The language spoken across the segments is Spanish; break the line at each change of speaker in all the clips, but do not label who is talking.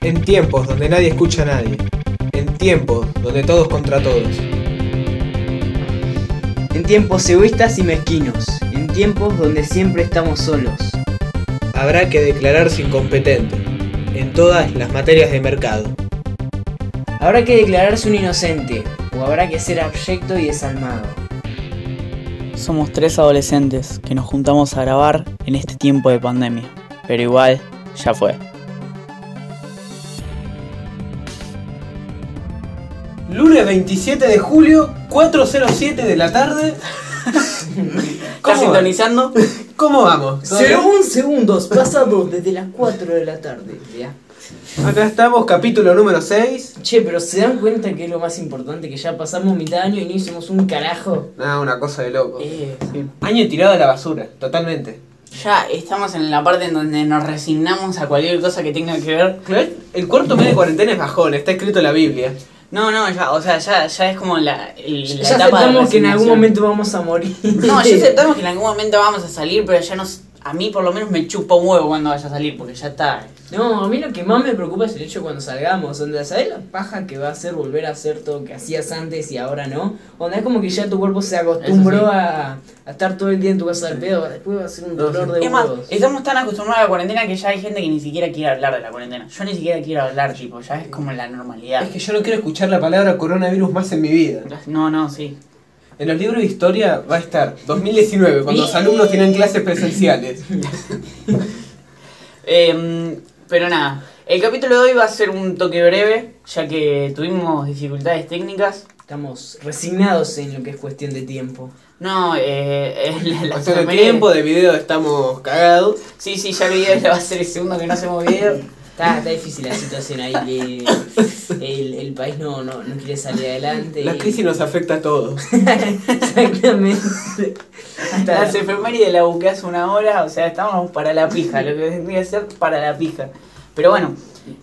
En tiempos donde nadie escucha a nadie. En tiempos donde todos contra todos.
En tiempos egoístas y mezquinos. En tiempos donde siempre estamos solos.
Habrá que declararse incompetente en todas las materias de mercado.
Habrá que declararse un inocente. O habrá que ser abyecto y desalmado.
Somos tres adolescentes que nos juntamos a grabar en este tiempo de pandemia. Pero igual, ya fue.
Lunes 27 de julio, 4.07 de la tarde.
¿Estás
¿Cómo, va?
sintonizando?
¿Cómo vamos? ¿Todo bien?
Según segundos pasados desde las 4 de la tarde. ya.
Acá estamos, capítulo número 6.
Che, pero ¿se dan cuenta que es lo más importante? Que ya pasamos mitad de año y no hicimos un carajo.
Ah, una cosa de loco.
Eh,
Año tirado a la basura, totalmente.
Ya estamos en la parte en donde nos resignamos a cualquier cosa que tenga que ver.
Claro, El cuarto mes de cuarentena es bajón, está escrito en la Biblia.
No, no, ya, o sea, ya, ya es como la, el- la
ya
etapa de
aceptamos que en algún
resignación.
momento vamos a morir.
No, ya aceptamos que en algún momento vamos a salir, pero ya nos. A mí, por lo menos, me chupa un huevo cuando vaya a salir, porque ya está.
No, a mí lo que más me preocupa es el hecho cuando salgamos. Onda, ¿sabes la paja que va a ser volver a hacer todo lo que hacías antes y ahora no? Onda, es como que ya tu cuerpo se acostumbró
Eso sí.
a, a estar todo el día en tu casa del pedo. Después va a ser un
No,
dolor
sí.
de
Es más,
huevos.
estamos tan acostumbrados a la cuarentena que ya hay gente que ni siquiera quiere hablar de la cuarentena. Yo ni siquiera quiero hablar, tipo, ya es como la normalidad.
Es que yo no quiero escuchar la palabra coronavirus más en mi vida.
No, no, sí.
En los libros de historia va a estar 2019, cuando los alumnos tienen clases presenciales.
Eh, pero nada, el capítulo de hoy va a ser un toque breve, ya que tuvimos dificultades técnicas.
Estamos resignados en lo que es cuestión de tiempo.
No, eh, eh, la, la-
Cuestión de tiempo, de video estamos cagados.
Sí, sí, ya vi, ya va a ser el segundo que no hacemos video.
Está, está difícil la situación ahí. eh, el, el país no, no, no quiere salir adelante.
La crisis nos afecta a todos.
Exactamente. Hasta
Las efemérides la busqué hace una hora, o sea, estábamos para la pija, lo que tendría que ser para la pija. Pero bueno,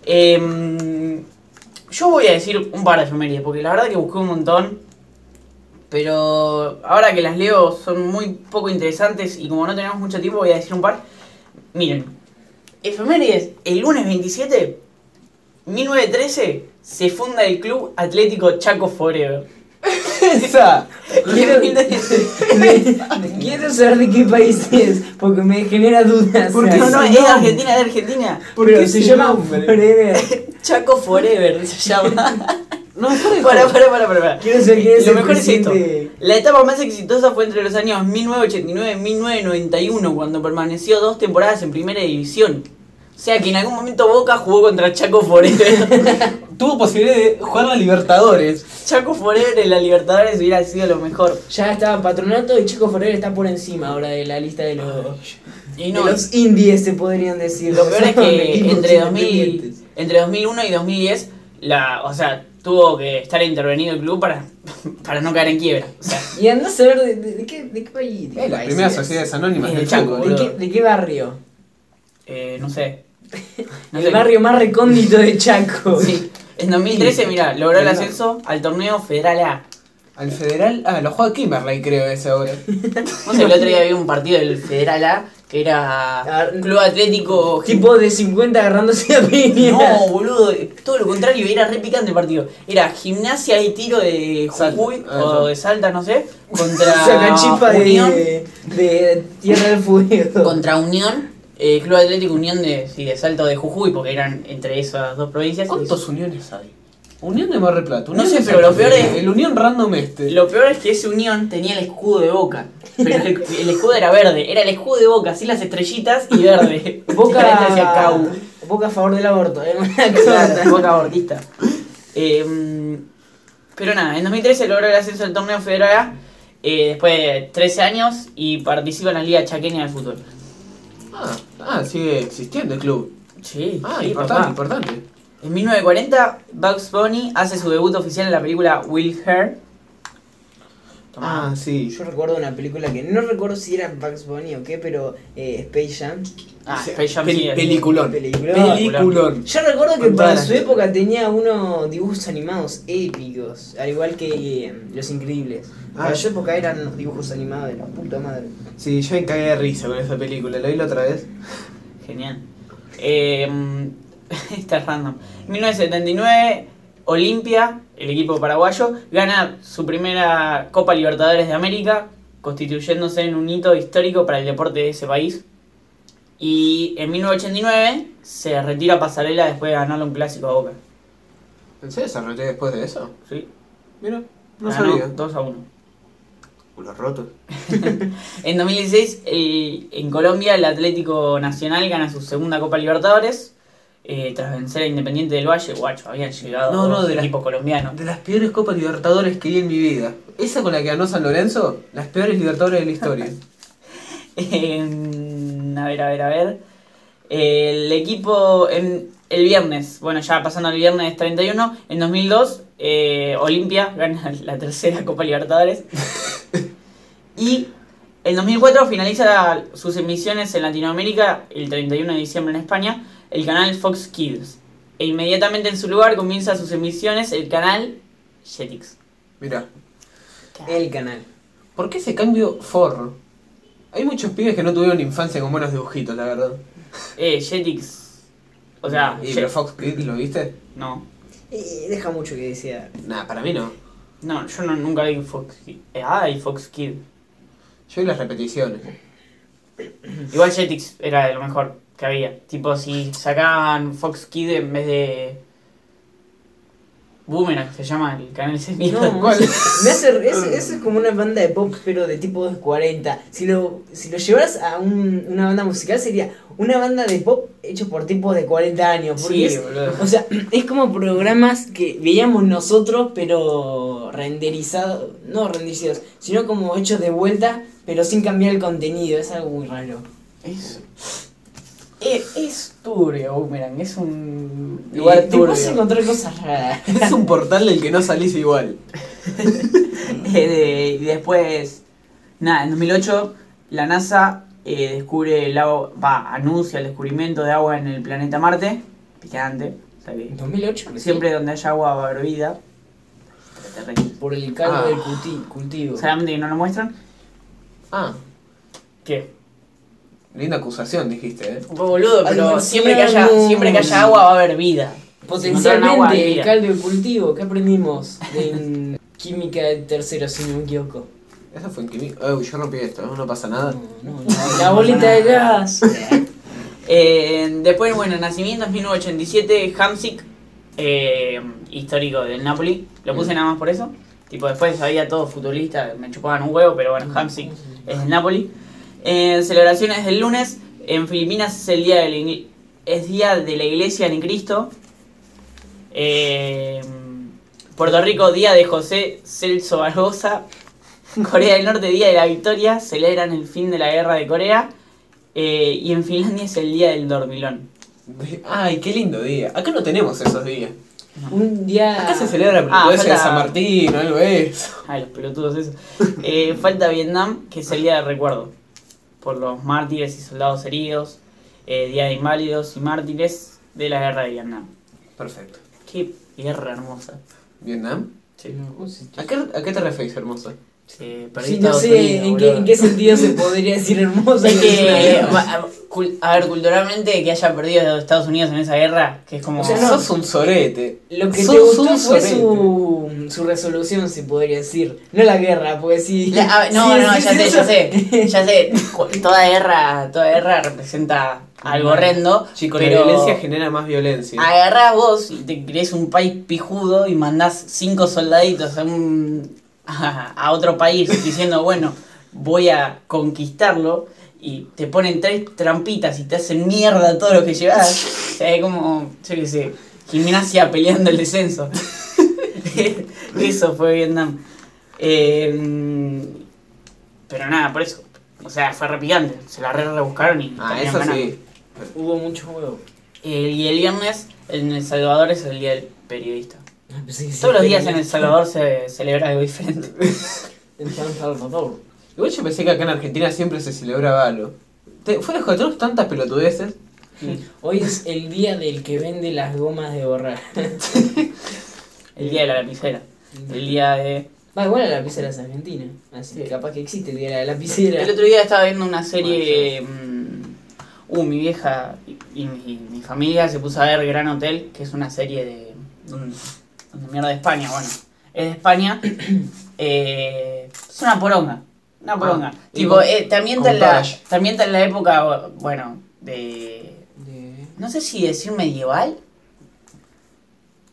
eh, yo voy a decir un par de efemérides, porque la verdad que busqué un montón, pero ahora que las leo son muy poco interesantes y como no tenemos mucho tiempo voy a decir un par. Miren, efemérides, el lunes 27, 1913, se funda el Club Atlético Chaco Forever.
Esa.
Quiero-
1913.
Me- quiero saber de qué país es, porque me genera dudas.
¿Por qué
No,
¿sabes?
ese
no, es de
nombre?
Argentina, es de Argentina.
¿Por
Pero
qué
se
ese
llama
nombre?
Forever.
Chaco Forever se llama.
No, fuera de
Pará,
joda.
pará, pará, pará.
Quiero saber quién es
Lo
el
mejor es esto.
presidente.
La etapa más exitosa fue entre los años 1989 y 1991, cuando permaneció dos temporadas en primera división. O sea que en algún momento Boca jugó contra Chaco Forever.
Tuvo posibilidad de jugar la Libertadores.
Chaco Forever en la Libertadores hubiera sido lo mejor.
Ya estaba Patronato y Chico Forever está por encima ahora de la lista de los,
Y no,
de los indies, se podrían decir.
Lo peor es
Son equipos
que entre, 2000,
independientes.
entre 2001 y 2010, la, o sea, tuvo que estar intervenido el club para, para no caer en quiebra. O sea,
Y andá a saber de, de- de qué, de qué país. de
Eh,
qué
las
país
primeras
es.
sociedades anónimas
Eh,
del
Chaco,
fútbol.
¿De qué, de qué barrio?
eh, no sé. No sé.
El barrio más recóndito de Chaco.
Sí. En 2013, mira, logró el ascenso al torneo Federal A.
Al federal. Ah, lo juega Kimberley, creo, ese ahora.
No sé, el otro día había un partido del Federal A que era un club atlético.
Tipo de 50 agarrándose a piña.
No, boludo, todo lo contrario, era re picante el partido. Era gimnasia y tiro de Jujuy
Salta.
o de Salta, no sé, contra
Sacachipa
Unión.
de, de Tierra del Fuego.
contra Unión, eh, Club Atlético Unión de, sí, de Salto de Jujuy, porque eran entre esas dos provincias.
¿Cuántos uniones hay? Unión de Mar del Plata.
No
Unión
sé,
de
pero
Santa
lo peor
Fe,
es-
El Unión Random este.
Lo peor es que ese Unión tenía el escudo de Boca, pero el, el escudo era verde, era el escudo de Boca, así las estrellitas y verde. Diferente hacia Cau.
Boca, Boca a favor del aborto. ¿eh? Una cosa.
Claro, Boca abortista. Eh, mm, pero nada, en 2013 logró el ascenso al torneo federal A, eh, después de 13 años y participa en la Liga Chaqueña del Fútbol.
Ah, ah, sigue existiendo el club.
Sí,
Ah,
sí,
importante,
papá.
importante.
En 1940, Bugs Bunny hace su debut oficial en la película Will Her.
Ah, sí.
Yo recuerdo una película que no recuerdo si era Bugs Bunny o qué, pero eh, Space Jam.
ah,
Sí,
Space Jam
pel-
sí, el-
Peliculón.
Peliculón.
Peliculón.
Yo recuerdo que
Con todas
para
las
su
letras.
época tenía unos dibujos animados épicos, al igual que eh, Los Increíbles.
Ah.
Para su época eran unos dibujos animados de la puta madre.
Sí, yo me cagué de risa con esa película. La vi la otra vez.
Genial. Eh, Esta es random. 1979, Olimpia, el equipo paraguayo, gana su primera Copa Libertadores de América, constituyéndose en un hito histórico para el deporte de ese país. Y en 1989 se retira Pasarela después de ganarle un clásico a Boca.
¿En serio se arregló después de eso?
¿Sí?
Mira, no
Ganó
sabía.
2 a 1.
Culo roto.
En 2016, el- en Colombia, el Atlético Nacional gana su segunda Copa Libertadores. eh, tras vencer a Independiente del Valle, guacho, habían llegado
No, no,
dos
de la-
equipos colombianos.
De las peores Copas Libertadores que vi en mi vida. Esa con la que ganó San Lorenzo, las peores Libertadores de la historia.
En- a ver, a ver, a ver. El equipo en el viernes, bueno, ya pasando al viernes 31, en 2002, eh, Olimpia gana la tercera Copa Libertadores. y en 2004 finaliza sus emisiones en Latinoamérica el 31 de diciembre en España, el canal Fox Kids. E inmediatamente en su lugar comienza sus emisiones el canal Jetix.
Mira,
El canal.
¿por qué ese cambio forro? Hay muchos pibes que no tuvieron infancia con buenos dibujitos, la verdad.
Eh, Jetix. O sea,
¿Y
Jet-
pero Fox Kids lo viste?
no.
Y Eh, deja mucho que desear.
Nah, para mí no.
No, yo no, nunca vi Fox Kid. Eh, ah, y Fox Kid.
Yo vi las repeticiones.
Igual Jetix era de lo mejor que había. Tipo, si sacaban Fox Kid en vez de. Boomerang, se llama el canal ese
No,
mierda.
me hace- me hace- es, es como una banda de pop, pero de tipo 40. Si lo, si lo llevaras a un- una banda musical, sería una banda de pop hecho por tipos de 40 años. Porque
Sí,
es-
boludo.
o sea, es como programas que veíamos nosotros, pero renderizados. No renderizados, sino como hechos de vuelta, pero sin cambiar el contenido. Es algo muy raro.
Es. Es, es turbio, Boomerang. Es un.
Y
Lugar
Te puedes
turbio.
encontrar cosas raras.
es un portal del que no salís igual.
Eh, de- y después. Nada, en 2008 la NASA eh, descubre el agua. Va, anuncia el descubrimiento de agua en el planeta Marte. Picante. O sea que-
2008,
Siempre donde haya agua va a haber vida. Extraterrestres.
Por el cargo
Ah.
del culti- cultivo.
Solamente que no lo muestran.
Ah,
¿Qué?
linda acusación dijiste, eh.
Boludo, pero
Almorciamos.
siempre que, haya, siempre que haya agua va a haber vida. Si encontraron agua,
Potencialmente,
vida.
caldo de cultivo, ¿qué aprendimos en química de tercero, si no me equivoco?
Eso fue en química. Oh, yo rompí esto, ¿eh? no pasa
No,
nada.
no, la, la bolita de gas.
Eh, después, bueno, nacimiento es 1987, Hamsik, eh, histórico del Napoli. Lo puse nada más por eso. Tipo, después había todos futbolistas, me chupaban un huevo, pero bueno, Hamsik es del Napoli. Eh, celebraciones del lunes. En Filipinas es el día de la, ing- es día de la iglesia en Cristo. Eh, Puerto Rico, día de José Celso Barbosa. Corea del Norte, día de la victoria. Celebran el fin de la guerra de Corea. Eh, y en Finlandia es el día del dormilón.
Ay, qué lindo día. Acá no tenemos esos días.
Un día.
Acá se celebra la
Ah,
de
falta-
San Martín o algo de eso.
Ay, los pelotudos eso. Eh, falta Vietnam, que es el día de recuerdo. Por los mártires y soldados heridos. eh, día de inválidos y mártires de la guerra de Vietnam.
Perfecto.
Qué guerra hermosa.
¿Vietnam?
Sí.
¿Cómo se-
¿A qué, a qué te referís, hermoso?
Sí, perdí
Sí, no
Estados
sé
Unidos,
en, qué,
boludo.
en qué sentido se podría decir hermosa.
Es que, eh, va- cul- a ver, culturalmente que haya perdido Estados Unidos en esa guerra, que es como...
O sea, no.
Sos un sorete.
Lo que
Sos
te gustó
un
fue
sorete.
su, su resolución, se podría decir. No la guerra, porque sí.
La- ah, no,
sí,
no,
sí,
ya
sí,
sé,
sí.
ya sé, ya sé. Cu- Toda guerra, toda guerra representa algo horrendo.
Chico,
pero
la violencia genera más violencia.
Agarrás vos y te crees un país pijudo y mandás cinco soldaditos a un a, a otro país diciendo, bueno, voy a conquistarlo y te ponen tres trampitas y te hacen mierda todo lo que llevas. O sea, es como, yo qué sé, gimnasia peleando el descenso. eso fue Vietnam. Eh, pero nada, por eso. O sea, fue repicante. Se la re rebuscaron y.
Ah,
terminan
eso
ganando.
sí.
Hubo mucho huevo.
Eh, y el viernes en El Salvador es el día del periodista.
Ah, pensé que sí,
Todos los días en
pero-
El Salvador se celebra algo diferente.
En San Salvador.
Igual yo pensé que acá en Argentina siempre se celebraba algo. Te, fuera de juego, tenemos tantas pelotudeces.
Hoy es el día del que vende las gomas de borrar.
El día de la lapicera. El día de.
Va, igual la lapicera es argentina. Así que
Sí.
capaz que existe el día de la
El
lapicera.
otro día estaba viendo una serie. mm, Uh, mi vieja y mi, mi familia se puso a ver Gran Hotel, que es una serie de. donde- donde mierda de España, bueno. Es de España. eh, es una poronga. Una poronga.
Ah, y
tipo,
con-
eh, te ambienta
con
en la,
Page.
te ambienta en la época, bueno, de. No sé si decir medieval.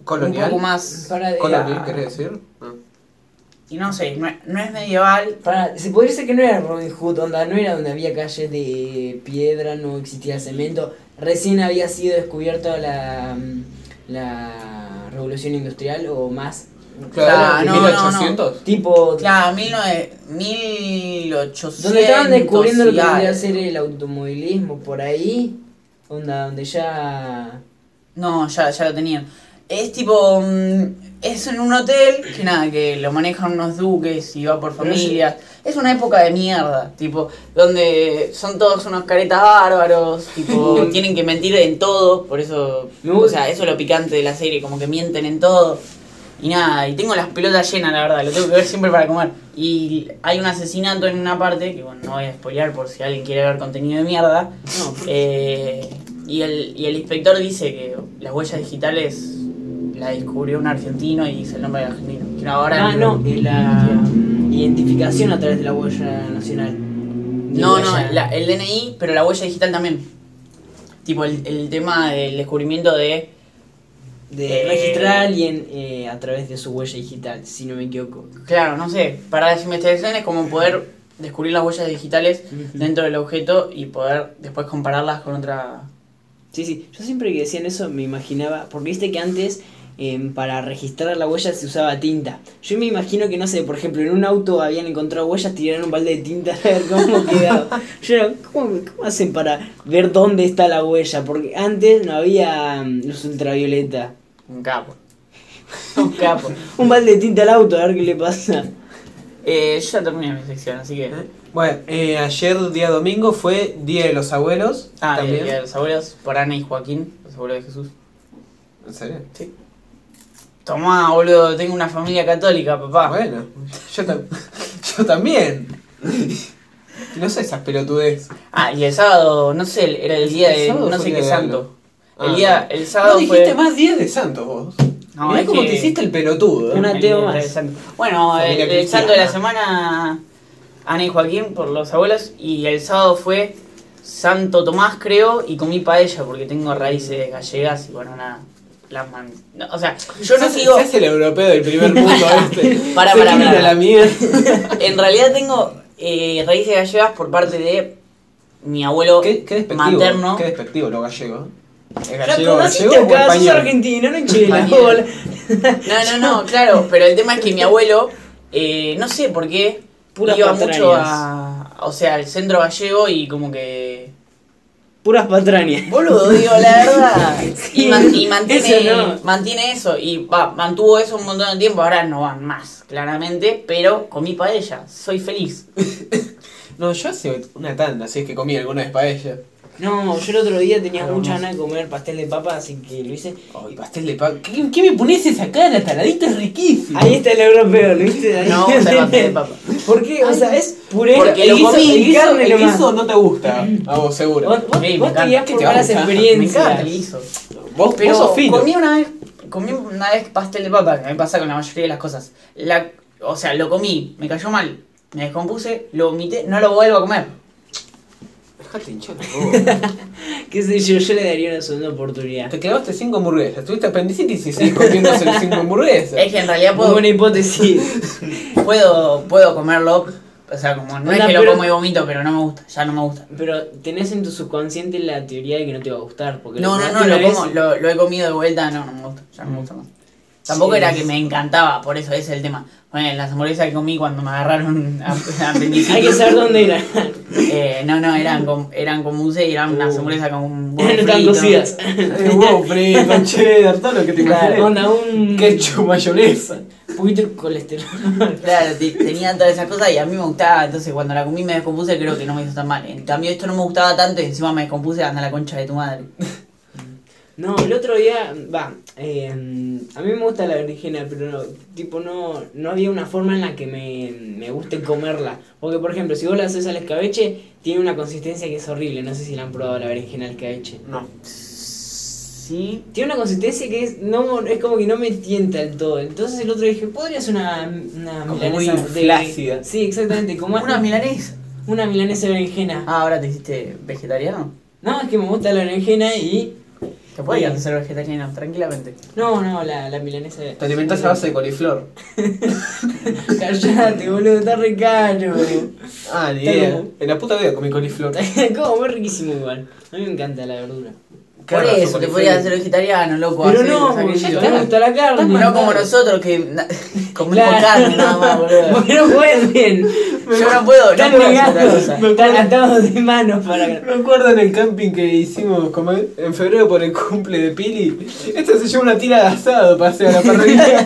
Colonial.
Un poco más.
Para, eh,
Colonial,
ah,
¿querés decir? Ah.
Y no sé, no, no es medieval.
para- se podría decir que no era Robin Hood, onda, no era donde había calle de piedra, no existía cemento. Recién había sido descubierta la, mm, la revolución industrial o más.
Claro,
no,
en
no, no.
1800.
Tipo,
Claro, 19 1800.
donde estaban descubriendo lo que
y algo.
podía ser el automovilismo por ahí. Onda, donde ya.
No, ya, ya lo tenían. Es tipo. mm, Es en un hotel que nada, que lo manejan unos duques y va por
Pero es-
familias. Es una época de mierda, tipo, donde son todos unos caretas bárbaros, tipo, tienen que mentir en todo, por eso.
Me
o
gusta.
sea, eso es lo picante de la serie, como que mienten en todo. Y nada, y tengo las pelotas llenas, la verdad, lo tengo que ver siempre para comer. Y hay un asesinato en una parte, que bueno, no voy a spoilear por si alguien quiere ver contenido de mierda.
No,
Eh, y, el, y el inspector dice que las huellas digitales la descubrió un argentino y dice el nombre del argentino. Que no, ahora
Ah, no, y la mm, identificación a través de la huella nacional.
No,
Digo,
no,
ya.
la- el DNI, pero la huella digital también. Tipo el, el tema del descubrimiento de.
de
eh,
registrar a alguien eh, a través de su huella digital, si no me equivoco.
Claro, no sé, para las investigaciones, como poder descubrir las huellas digitales
Ujú.
dentro del objeto y poder después compararlas con otra.
Sí, sí, yo siempre que decían eso me imaginaba, porque viste que antes em, para registrar la huella se usaba tinta. Yo me imagino que, no sé, por ejemplo, en un auto habían encontrado huellas, tiraron un balde de tinta a ver cómo quedaba. Yo era, ¿cómo, cómo hacen para ver dónde está la huella? Porque antes no había mm, luz ultravioleta.
Un capo. un capo.
Un balde de tinta al auto, a ver qué le pasa.
Eh, yo ya terminé mi sección, así que.
¿Eh? Bueno, eh, ayer día domingo fue Día de los Abuelos.
Ah, y
también.
el Día de los abuelos por Ana y Joaquín, los abuelos de Jesús.
¿En serio?
Tomá, boludo, tengo una familia católica, papá.
Ah, Bueno, yo, tam- yo también. No sé esas pelotudez.
Ah, y el sábado, no sé, era el día
El
de
sábado
no
fue
sé
el
qué
día de
santo.
algo.
El
Ah.
día, el sábado
No dijiste
fue...
más días de santos vos.
No,
Mirá
es
cómo
que-
te hiciste el pelotudo.
Una-
el
ateo
día
más.
del santo. Bueno, el,
Familia
el
cristiana.
santo de la semana, Ana y Joaquín por los abuelos. Y el sábado fue Santo Tomás, creo, y comí paella porque tengo raíces gallegas y bueno, nada. Las man... no, o sea, yo no
Seas-
sigo...
seas el europeo del primer mundo este.
Pará,
Se
pará,
quieren
pará.
a la mierda.
En realidad tengo eh, raíces gallegas por parte de mi abuelo
Qué, qué despectivo.
materno.
Qué despectivo lo gallego. El
Flaco, naciste
o
acá, sos
español?
argentino, no hinche la
Español.
bola.
No, no, no, claro, pero el tema es que mi abuelo, eh, no sé por qué,
Puras
iba
patrañas.
mucho a, o sea, al centro gallego y como que...
Puras patrañas.
Boludo, digo, la verdad. y, man- y mantiene,
eso no.
mantiene eso, y va, mantuvo eso un montón de tiempo, ahora no van más, claramente, pero comí paella, soy feliz.
No, yo hace una tanda, si es que comí alguna vez paella.
No, yo el otro día tenía
Pero
mucha
no.
ganas de comer pastel de papa, así que lo hice.
Ay, pastel de papa. ¿Qué, qué me pones esa cara? Taladito es riquísimo.
Ahí está el europeo, ¿lo viste? Ahí
Mm. No, o sea, pastel de papa.
¿Por qué? O sea, es puré.
Porque
el
lo
guiso,
comí,
el guiso,
Eso, el
nomás.
guiso no te gusta. A vos, seguro.
Vos, vos,
Sí, me
vos te
encanta.
guías
¿Qué
por
te
malas
gusta? Me
Me encanta el
experiencias.
guiso.
Vos,
Pero
vos sos fino.
comí una vez, comí una vez pastel de papa, que me pasa con la mayoría de las cosas. La, o sea, lo comí, me cayó mal, me descompuse, lo vomité, no lo vuelvo a comer.
Dejate hinchar la boca.
Qué sé yo, yo le daría una segunda oportunidad.
Te clavaste cinco hamburguesas. Tuviste apendicitis y seguís comiéndose las cinco hamburguesas.
Es que en realidad
Muy
puedo,
buena hipótesis.
puedo, puedo comerlo. O sea, como no es
Onda,
que lo
pero-
como y vomito, pero no me gusta, ya no me gusta.
Pero tenés en tu subconsciente la teoría de que no te va a gustar. Porque
No, no,
probaste
no,
una
lo
vez
como,
y- Mm.
lo, lo he comido de vuelta, no, no me gusta, ya no me gusta más. Tampoco
Sí.
era que me encantaba, por eso ese es el tema. Bueno, las hamburguesas que comí cuando me agarraron a- a apendicitis.
Hay que saber dónde era.
Eh, no, no, eran con, eran con mousse y eran una
Uh.
hamburguesas con un
no están cocidas.
Eh, huevo frito, cheddar, todo lo que te imaginas.
Onda, un
Ketchup, mayonesa.
poquito de colesterol.
Claro, te- tenía todas esas cosas y a mí me gustaba, entonces cuando la comí me descompuse, creo que no me hizo tan mal. En cambio, esto no me gustaba tanto y encima me descompuse, anda la concha de tu madre.
No, el otro día, va, eh, a mí me gusta la berenjena, pero no, tipo no, no había una forma en la que me, me guste comerla. Porque por ejemplo, si vos la haces al escabeche, tiene una consistencia que es horrible. No sé si la han probado la berenjena al escabeche.
No. Sí.
Tiene una consistencia que es, no, es como que no me tienta del todo. Entonces el otro día dije, podría ser una, una
Como
milanesa
muy flácida.
Sí, exactamente, como
¿Unas milanés?
una milanesa de berenjena.
Ah, ahora te hiciste vegetariano.
No, es que me gusta la berenjena y...
Te podías
Sí.
hacer vegetariano, tranquilamente.
No, no, la, la milanesa de...
Te alimentas a base de coliflor.
Callate, boludo, está re caro.
Ah, ni
Está
idea.
como-
En la puta vida comí coliflor.
Como es riquísimo igual. A mí me encanta la verdura.
Por
Claro,
eso, te
coliflor.
podías hacer vegetariano, loco.
Pero
hacer
no,
esa
porque ya
que-
te gusta la carne.
No como nosotros que na- comemos
Claro.
carne nada más, boludo.
Porque no pueden.
Yo no puedo, no
Están
puedo hacer otra
negados.
cosa.
Están atados de manos para.
¿No acuerdan el camping que hicimos como en en febrero por el cumple de Pili? Esta se llevó una tira de asado para hacer a la parrilla.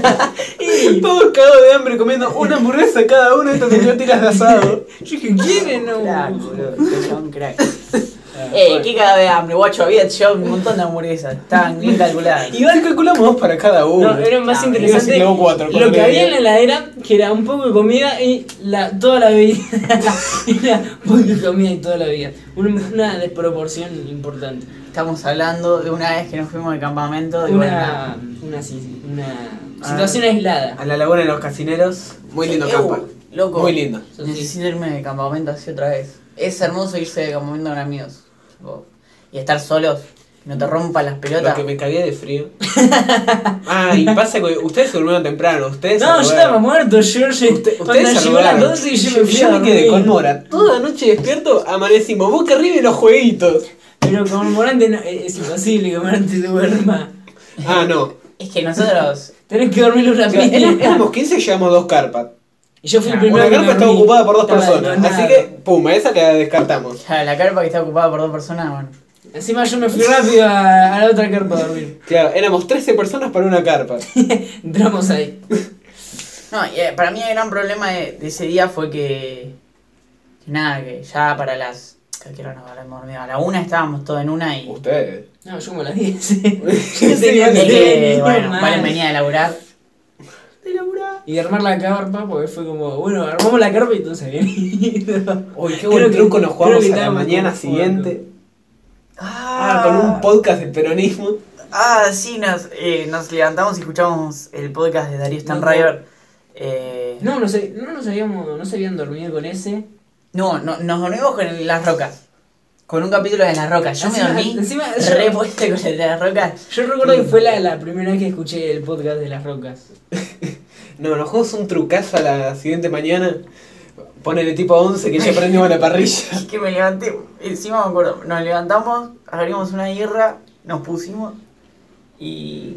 Y-
Todos cagados de hambre comiendo una hamburguesa cada uno, esta se llevó tiras de asado.
Yo dije, ¿quieren no?
Crack, boludo. Te llamo un crack.
Ah,
Eh, qué cagada de hambre, guacho. Había llevado un montón de hamburguesas. Estaban bien calculadas.
Igual calculamos dos para cada uno.
No, era más
Ah,
interesante
iba a decir luego cuatro,
lo
cuatro
que
y
había en
medio.
la heladera, que era un poco de comida y la, toda la bebida. era poco de comida y toda la bebida. Un- Una desproporción importante.
Estamos hablando de una vez que nos fuimos de campamento. y bueno, nada.
Una, una, si- una situación aislada.
A la laguna de los casineros. Muy lindo
Eh,
campa.
Loco.
Muy lindo.
Eso sí.
Necesito irme de campamento así otra vez. Es hermoso irse de campamento con amigos. tipo, Y estar solos. que No te rompan las
Lo
pelotas.
que me cagué de frío. Ah, y pasa que ustedes se durmieron temprano. Ustedes se
No, yo
arrugaron.
estaba muerto, yo, yo
Usted-
cuando
Este, ustedes se
llegó la
arrugaron.
12 y yo me fui a
Yo me quedé
dormir.
con Mora. Toda noche despierto, amanecimos. Boca arriba y los jueguitos.
Pero con Morante no, e-, es, es imposible que Morante duerma.
Ah, no.
Es que nosotros.
Tenés que dormir una
O sea, era-
pila.
éramos 15 y llevamos dos carpas.
Y yo fui el primero
Una
que me
carpa estaba
dormí.
ocupada por dos
Estaba
personas. Así
abandonada.
que, pum, a esa la descartamos.
ya, la carpa que está ocupada por dos personas, bueno.
Encima yo me fui rápido a, a la otra carpa a dormir.
Claro, éramos 13 personas para una carpa.
Entramos ahí.
No, y, eh, para mí el gran problema de, de ese día fue que, que Nada, que ya para las. ¿A qué hora nos habremos dormido? A la una estábamos todos en una y.
Ustedes.
No, yo como a las 10. Yo
Sí,
tenía
y
que
sí,
que,
venir,
bueno,
man.
Valen venía de laburar.
Y armar la carpa, porque fue como, bueno, armamos la carpa y entonces bienvenido.
Uy, qué
Creo
buen
que-
truco nos
creo
jugamos
que
a la
estábamos
mañana
todos
siguiente. Ah, con un podcast de peronismo.
Ah, sí, nos, eh, nos levantamos y escuchamos el podcast de Darío Stanriver. Eh,
No, no, sé, no nos habíamos, no se habían dormido con ese.
no, no, nos dormimos con el- Las Rocas. Con un capítulo de Las Rocas. Yo me
Encima-
dormí
encima yo-
re puesta con el de Las Rocas.
Yo recuerdo que fue la, la primera vez que escuché el podcast de las rocas.
No, nos jugamos un trucazo a la siguiente mañana. Ponele tipo 11 que ya prendimos la parrilla.
Es que me levanté, encima me acuerdo, nos levantamos, abrimos una guerra, nos pusimos y.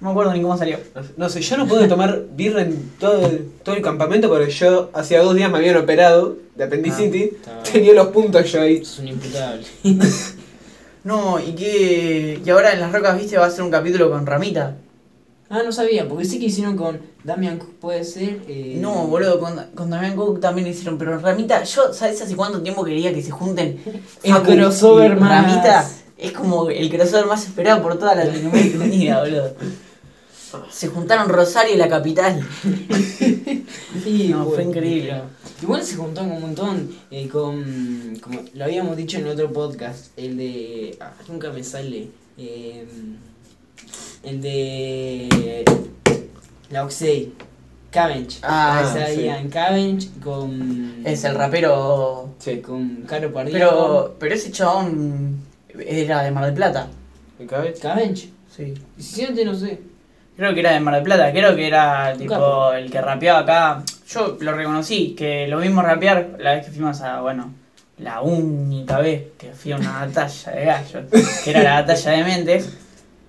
No me acuerdo ni cómo salió.
No sé, yo no pude tomar birra en todo el, todo el campamento porque yo hacía dos días me habían operado de apendicitis.
está.
tenía los puntos yo ahí.
Es un imputable.
No, y que. Y ahora en Las Rocas, viste, va a ser un capítulo con Ramita.
Ah, no sabía, porque sí que hicieron con Damian Cook, puede ser. eh,
No, boludo, con, con Damián Cook también lo hicieron, pero Ramita, yo, ¿sabes hace cuánto tiempo quería que se junten?
El
Facu
crossover
y
más.
Ramita es como el crossover más esperado por toda Latinoamérica Unida, boludo. Se juntaron Rosario y la capital.
Sí,
No, fue
bueno,
increíble.
claro. Igual se juntó con un montón, eh, con, como lo habíamos dicho en otro podcast, el de... ah, nunca me sale. eh, el de... La Oxey, Cavench.
Ah,
Esa
sí.
Ian Cavench con...
Es el rapero.
Sí,
Con Caro Pardillo.
Pero, pero ese chabón era de Mar del Plata.
¿me cabe?
Cavench.
Sí.
Siente, no sé.
Creo que era de Mar del Plata, creo que era tipo
capo.
el que rapeaba acá. Yo lo reconocí, que lo vimos rapear la vez que fuimos a, bueno, la única vez que fui a una batalla de gallos, que era la batalla de mentes.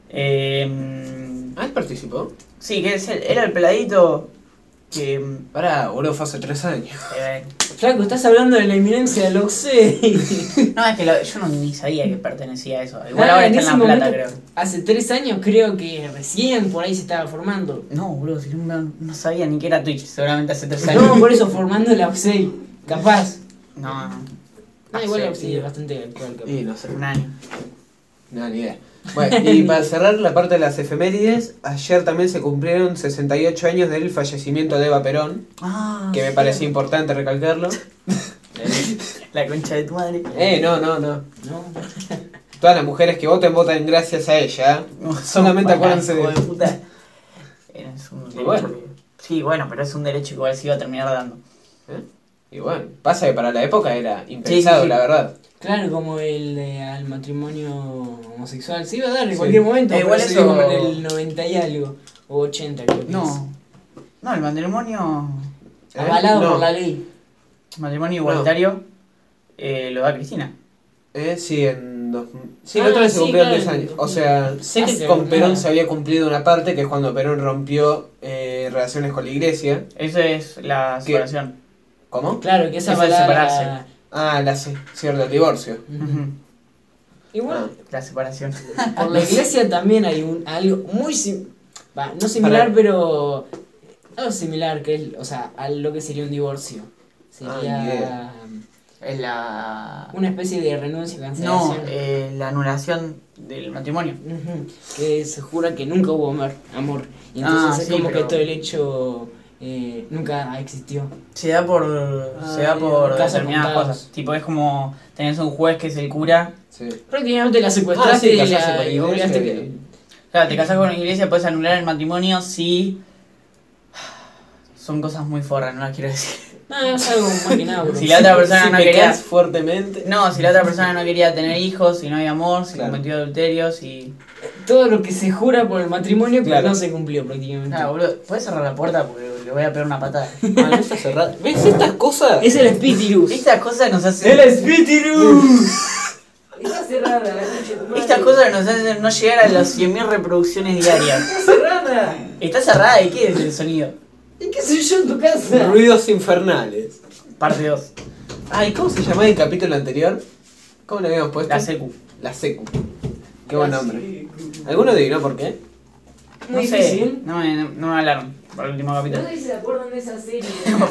Eh,
Ah, él participó.
sí, que es el- era el peladito que... mm,
Pará, boludo, fue hace tres años.
eh,
Flaco, estás hablando de la inminencia del Oxey.
no, es que lo- yo no, ni sabía que pertenecía a eso. Igual
Ah,
ahora
en
está en
ese
La Plata,
momento-
creo.
Hace tres años creo que recién por ahí se estaba formando.
No, boludo, si no, me- no sabía ni que era Twitch, seguramente hace tres años.
No, por eso formando la Oxey. Capaz.
No, no,
Ah, igual
Sí,
la Oxey
sí.
es bastante actual, capaz.
Y no sé.
un año.
No, ni idea. Bueno, y para cerrar la parte de las efemérides, ayer también se cumplieron 68 años del fallecimiento de Eva Perón,
Ah,
que me parece importante recalcarlo.
La concha de tu madre.
Eh, no, no, no.
No,
Todas las mujeres que voten, votan gracias a ella. ¿eh?
No,
Solamente
para,
acuérdense
hijo
de-
puta. Era- es un derecho
bueno.
que- Sí, bueno, pero es un derecho que igual se iba a terminar dando.
Y bueno, pasa que para la época era impensado,
Sí, sí, sí.
la verdad.
Claro, como el de al matrimonio homosexual. Se iba a dar en
Sí.
cualquier momento.
Eh,
pero
igual
se
eso-
dio como en el 90 y algo. O 80, creo que es.
No. No, el matrimonio.
¿Eh?
Avalado
No.
por la ley.
el matrimonio igualitario eh, lo da Cristina.
Eh, sí, en dos... Sí,
Ah,
la otra vez se
sí,
cumplieron
claro,
10 años.
en
O sea, sé que
Hace
con Perón
nada.
se había cumplido una parte, que es cuando Perón rompió eh, relaciones con la iglesia.
Esa es la
¿Qué?
separación.
¿Cómo?
Claro, que esa
Eso de separarse.
palabra.
Ah, la sí, cierto, el divorcio.
Ujú,
Igual,
La separación.
por la iglesia también hay un algo muy sim- va, no similar,
Para-
pero algo similar que es, o sea, a lo que sería un divorcio.
Ah,
Sería
ni idea.
Es la.
una especie de renuncia,
No,
cancelación.
eh, la anulación del matrimonio.
Ujú, que se jura que nunca hubo amor, amor. y
Ah,
entonces es
sí,
como
pero-
que todo el hecho eh, nunca existió.
Se da por. se da
Ay,
por
casos
determinadas
contados.
cosas. Tipo, es como. Tenés un juez que es el cura.
Sí.
Prácticamente la
Ah, sí,
secuestraste y
casarse con
la
la
y
iglesia.
este
obligaste que-
bien.
Claro, te casas con una iglesia, puedes anular el matrimonio si. Son cosas muy forras, no las quiero decir.
No, Ah, es algo más que nada, bro.
Si la otra persona
Si
no
pecás
quería.
fuertemente.
No, si la otra persona no quería tener hijos, si no había amor, si
Claro.
cometió adulterio, si.
Todo lo que se jura por el matrimonio pero
Claro.
no se cumplió prácticamente.
Nada, boludo, ¿puedes cerrar la puerta? Porque le voy a pegar una patada.
Ah, no está cerrada. ¿Ves estas cosas?
Es el espíritus.
Estas cosas nos
¡El
hacen.
espíritu!
Está cerrada la concha de tu madre.
Estas cosas nos hacen no llegar a las 100.000 reproducciones diarias.
cerrada.
¿Está cerrada? ¿Y qué es el sonido?
¿Y qué soy yo en tu casa?
Ruidos infernales.
Parte 2.
Ay, ¿cómo se llamaba el capítulo anterior? ¿Cómo le habíamos puesto?
La secu.
La secu. Qué buen nombre. ¿Alguno adivinó por qué?
Muy
no sé,
difícil.
No me, no, no me hablaron para el último capítulo.
sé si se acuerdan de esa serie.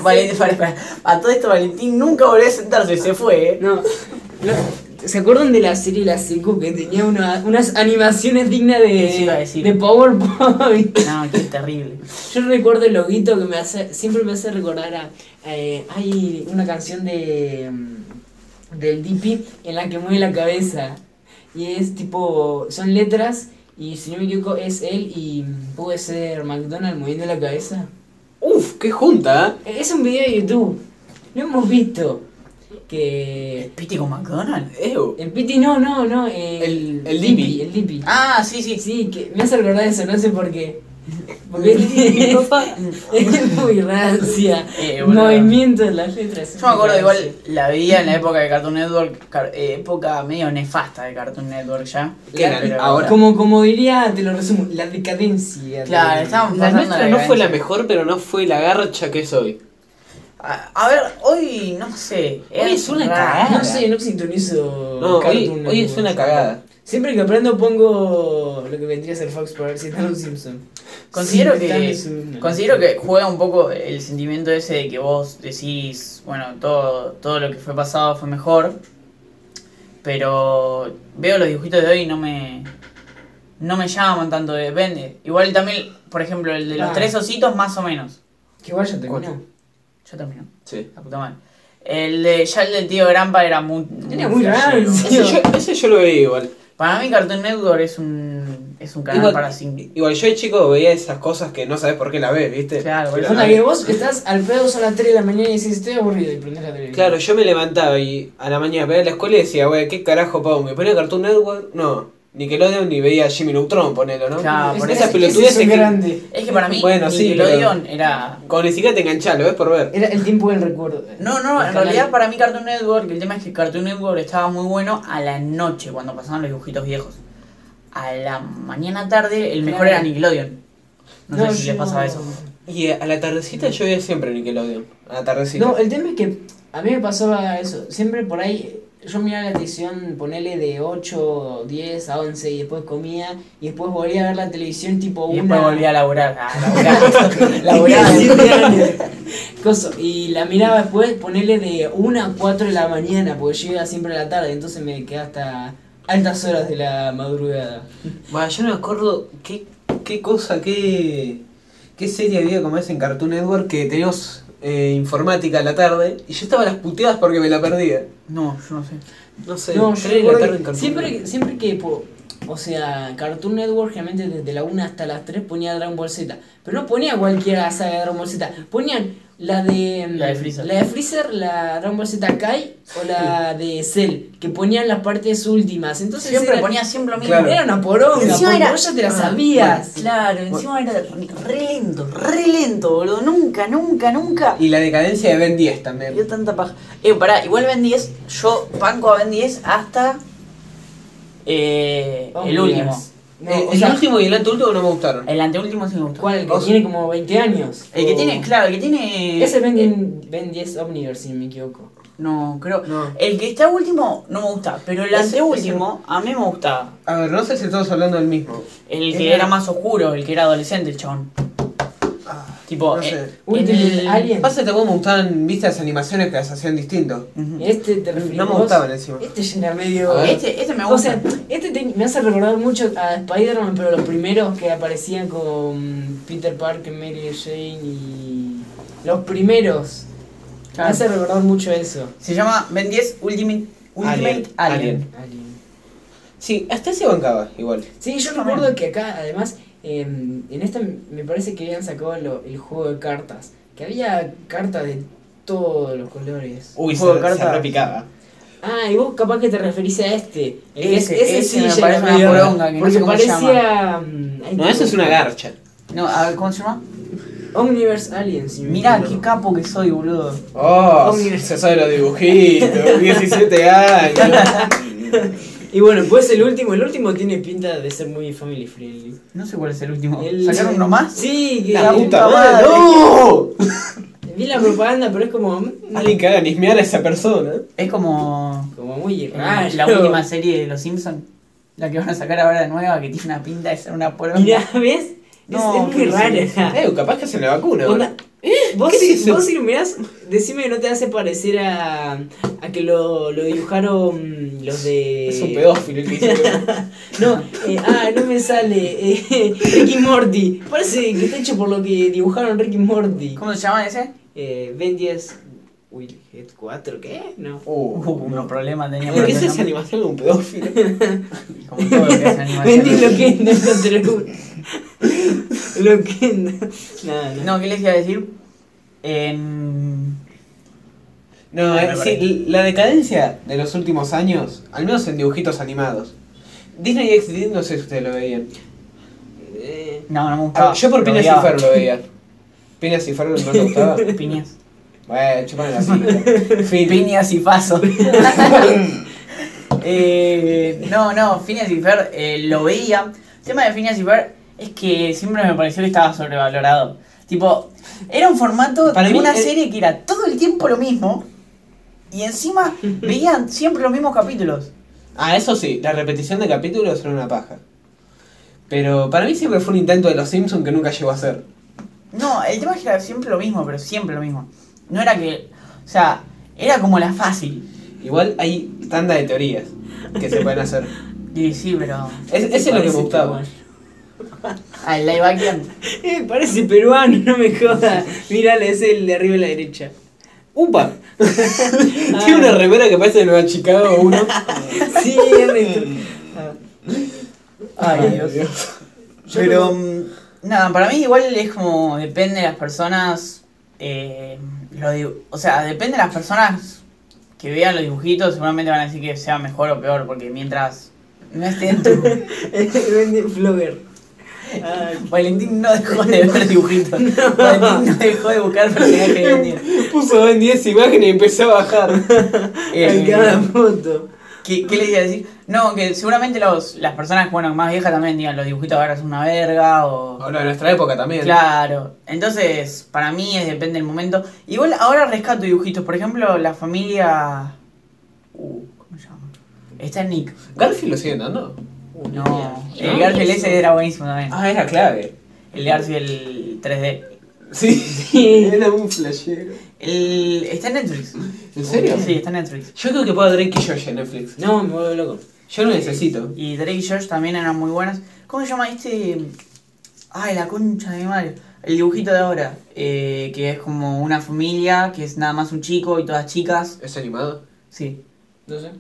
Valentín, para, para. A todo esto Valentín nunca volvió a sentarse, se fue, eh.
No, no, ¿Se acuerdan de la serie La Secu que tenía una- unas animaciones dignas
Eso iba a
de,
decir.
de PowerPoint?
No, qué terrible.
Yo recuerdo el loguito que me hace, siempre me hace recordar a. eh, hay una canción de. mm, del DP en la que mueve la cabeza. Y es tipo. son letras y si no me equivoco es él y mm, puede ser McDonald's moviendo la cabeza.
Uf, qué junta, ¿eh?
Es un video de YouTube. Lo hemos visto. Que.
¿Piti con McDonald's?
¿eh? Ew.
El Piti no, no, no. eh,
El- el Dipi.
El Dipi.
Ah, sí, sí, sí.
Sí, que me hace recordar eso, no sé por qué. Porque es muy rancia.
Eh, boludo.
Movimiento de las letras.
Yo me acuerdo igual la veía en la época de Cartoon Network, car- eh, época medio nefasta de Cartoon Network ya.
¿Qué eran?
Pero-
Ahora.
Como, como diría, te lo resumo, la decadencia. de-
Claro, estábamos
La
pasando
nuestra no fue la mejor, pero no fue la garcha que soy.
A, a ver, hoy no sé.
Hoy es una
raro.
cagada.
No sé, no sintonizo.
No, hoy,
Cartoon
hoy es
Network.
una cagada.
Siempre que aprendo pongo lo que vendría a ser Fox para ver si está los Simpson.
Considero
Sí,
que
está en su-
considero que juega un poco el sentimiento ese de que vos decís, bueno, todo todo lo que fue pasado fue mejor, pero veo los dibujitos de hoy y no me no me llaman tanto, depende. Igual también, por ejemplo, el de los
Ah.
tres ositos más o menos.
Que igual ya terminó.
Cuatro.
Ya terminó,
Sí.
la puta madre. El de ya el del tío Grampa era muy
Era muy raro,
flashero.
sí.
Ese yo, ese yo lo veía igual.
Para mí Cartoon Network es un es un canal
Igual-
para sin
Igual yo de chico veía esas cosas que no sabes por qué las ves, ¿viste?
Claro,
Pero-
O sea, que vos estás al pedo, son las 3 de la mañana y decís, estoy aburrido y prendés la televisión.
Claro, yo me levantaba y a la mañana veía la escuela y decía, wey, ¿qué carajo pongo? ¿Y ponía Cartoon Network? No. Nickelodeon ni veía Jimmy Neutron, ponelo, ¿no?
Claro, por
Esas
eso.
pelotudeces
Ah, Ese es
que-
grande.
Es que para mí
Bueno, sí,
Nickelodeon era
Con ni siquiera te enganchás, lo ves por ver.
Era el tiempo del recuerdo.
No, no,
El
en
canal.
realidad para mí Cartoon Network, el tema es que Cartoon Network estaba muy bueno a la noche cuando pasaban los dibujitos viejos. A la mañana tarde el mejor
Claro.
era Nickelodeon. No, sé si
yo
les pasaba
no-
eso.
Y a la tardecita yo veía siempre Nickelodeon. A la tardecita.
No, el tema es que a mí me pasaba eso. Siempre por ahí, yo miraba la televisión, ponele de 8, 10 a 11 y después comía y después volvía a ver la televisión tipo
Y
una...
después volví a laburar. Ah, laburar. laburar.
Siete años. Coso, y la miraba después, ponele de 1 a 4 de la mañana, porque yo iba siempre a la tarde, entonces me quedaba hasta Altas horas de la madrugada.
Bueno, yo no me acuerdo qué, qué cosa, qué, qué serie había como es en Cartoon Network que teníamos eh, informática a la tarde y yo estaba a las puteadas porque me la perdía.
No, yo no sé.
No sé,
No, yo
tres de la
recuerdo
tarde en
que
Cartoon
siempre,
Network.
que- siempre que, po- o sea, Cartoon Network generalmente desde la 1 hasta las 3 ponía Dragon Ball Z, pero no ponía cualquiera saga de Dragon Ball Z, ponían la de mm,
La de Freezer.
la de Freezer, la Dragon Ball Z Kai o la de Cell, que ponían las partes últimas, entonces
Siempre
era,
ponía siempre lo mismo.
Claro.
era Ah. una poronga,
Encima
porque
era- Ah.
vos ya te la sabías.
Claro, encima era re lento, re lento, boludo. Nunca, nunca, nunca.
Y la decadencia de Ben 10 también.
Yo tanta paja. Eh, pará, igual Ben 10, yo banco a Ben 10 hasta eh, el último.
No,
Eh,
o
el
sea,
último y el anteúltimo no me gustaron.
El anteúltimo sí me gustó.
¿Cuál? El que
Vos-
tiene como 20 años.
El que
O-
tiene, claro, el que tiene...
Oh. Ese Ben, ben 10 Omniverse, si no me equivoco.
No, creo...
No.
El que está último no me gusta, pero el
Ese-
anteúltimo a mí me gustaba.
A ver, no sé si estamos hablando del mismo.
El
Es
que
la-
era más oscuro, el que era adolescente, el chabón. Tipo,
no sé.
eh,
Ultimate
en el-
Alien.
Pasa que tampoco me gustaban vistas las animaciones que las hacían distinto.
Ujú.
Este te referís
No me
vos?
gustaban encima.
Este ya era medio.
A ver.
Este, este me gusta.
O sea, este te- me hace recordar mucho a Spider-Man, pero los primeros que aparecían con Peter Parker, Mary Jane y. Los primeros.
Claro.
Me hace recordar mucho eso.
Se llama Ben 10 Ultimate, Ultimate
Alien.
Alien.
Alien. Sí, hasta ese bancaba igual.
Sí, yo
Está
recuerdo
bien.
que acá, además, eh, en esta me parece que habían sacado lo- el juego de cartas. Que había cartas de todos los colores.
Uy,
Juego
se,
de
se
cartas.
repicaba.
Ah, y vos capaz que te referís a este. El que es-
Ese, ese me
ya era
parece una
medio-
poronga, que no
Porque
sé cómo se
parecía. mm, ay,
No, eso es una garcha.
No, a ver, ¿cómo se llama?
Omniverse Aliens. si me
Mirá, qué
equivoco.
capo que soy, boludo.
Oh,
Omniverse.
se sabe los dibujitos, 17 años.
Y bueno, pues el último. El último tiene pinta de ser muy family friendly.
No sé cuál es el último.
El-
¿Sacaron uno más?
Sí, que.
La puta
puta
madre.
madre.
¡No!
Vi la propaganda, pero es como. mm,
Alguien que haga nismear a esa persona.
Es como
Como muy
eh,
raro.
la última serie de Los Simpsons. La que van a sacar ahora nueva, que tiene una pinta de ser una poronga.
Mirá, ¿ves? Es-
No,
es muy
no sé.
rara.
Eh, capaz que hacen la vacuna.
Onda, Vos,
¿Qué
si,
es eso?
vos si lo mirás, decime que no te hace parecer a, a que lo, lo dibujaron los de...
Es un pedófilo el que hizo.
No, eh, ah, no me sale. Eh, Ricky Morty. Parece que está hecho por lo que dibujaron Ricky Morty.
¿Cómo se llama ese?
Eh, ben 10, Will Head 4, ¿qué? No.
Oh,
Uh, unos problemas tenía.
¿Por
para
qué es
hacer
esa animación de un pedófilo?
nombre. Como todo lo que es
Ben 10
animación.
lo que no encontré uno. Lo que no. No, no.
No, ¿qué les iba a decir? En...
No,
Ah,
eh,
me
sí,
parece.
l- la decadencia de los últimos años, al menos en dibujitos animados. Disney XD, no sé si ustedes lo veían.
Eh,
No, no me
Ah,
gustaba.
yo por
Lo
Piñas y
odiaba.
Fer lo veía. Piñas y Fer no te gustaba.
Piñas.
Bueno, chupan la silla. Fin.
Piñas y paso. Eh, no, no, Phineas y Fer eh, lo veía. El tema de Phineas y Fer es que siempre me pareció que estaba sobrevalorado. Tipo, era un formato
Para
de
mí
una
es-
serie que era todo el tiempo lo mismo y encima veían siempre los mismos capítulos.
Ah, eso sí, la repetición de capítulos era una paja. Pero para mí siempre fue un intento de los Simpsons que nunca llegó a ser.
No, el tema es que era siempre lo mismo, pero siempre lo mismo. No era que, o sea, era como la fácil.
Igual hay tanda de teorías que se pueden hacer.
Y sí, pero...
Es- ese es lo que me
parece
gustaba.
Ah, el live action.
Eh, parece peruano, no me jodas. Mirala, es el de arriba a la derecha.
¡Upa!
Ah.
Tiene una remera que parece de Nueva Chicago uno. Ah.
Sí, es re- Ah.
Ay, Dios. Pero mm, nada, para mí igual es como depende de las personas. eh, lo dibu- o sea, depende de las personas que vean los dibujitos, seguramente van a decir que sea mejor o peor, porque mientras no esté en tu.
Vende Flogger.
Ah.
Ay,
Valentín no dejó de ver dibujitos. Valentín no dejó de buscar personajes de hoy en día.
Puso Ben 10 imágenes y empezó a bajar.
en cada
Eh,
foto.
¿qué, ¿Qué les iba a decir? No, que seguramente los, las personas bueno, más viejas también digan los dibujitos ahora son una verga o.
Bueno, en nuestra época también.
Claro, entonces para mí es depende del momento. Igual ahora rescato dibujitos, por ejemplo, la familia. Uh, ¿Cómo se llama? Está Nick.
Garfield lo sigue dando.
No,
mierda.
el Garfield ese era buenísimo también.
Ah, era clave.
El Garfield 3D.
Sí, sí. era un flashero.
El... Está en Netflix.
¿En serio?
Sí, está en Netflix.
Yo creo que puedo Drake y Josh en Netflix.
No, me vuelvo loco.
Yo no necesito.
Y Drake y Josh también eran muy buenas. ¿Cómo se llama este? Ay, la concha de mi madre. El dibujito de ahora, eh, que es como una familia, que es nada más un chico y todas chicas.
¿Es animado?
Sí,
No sé.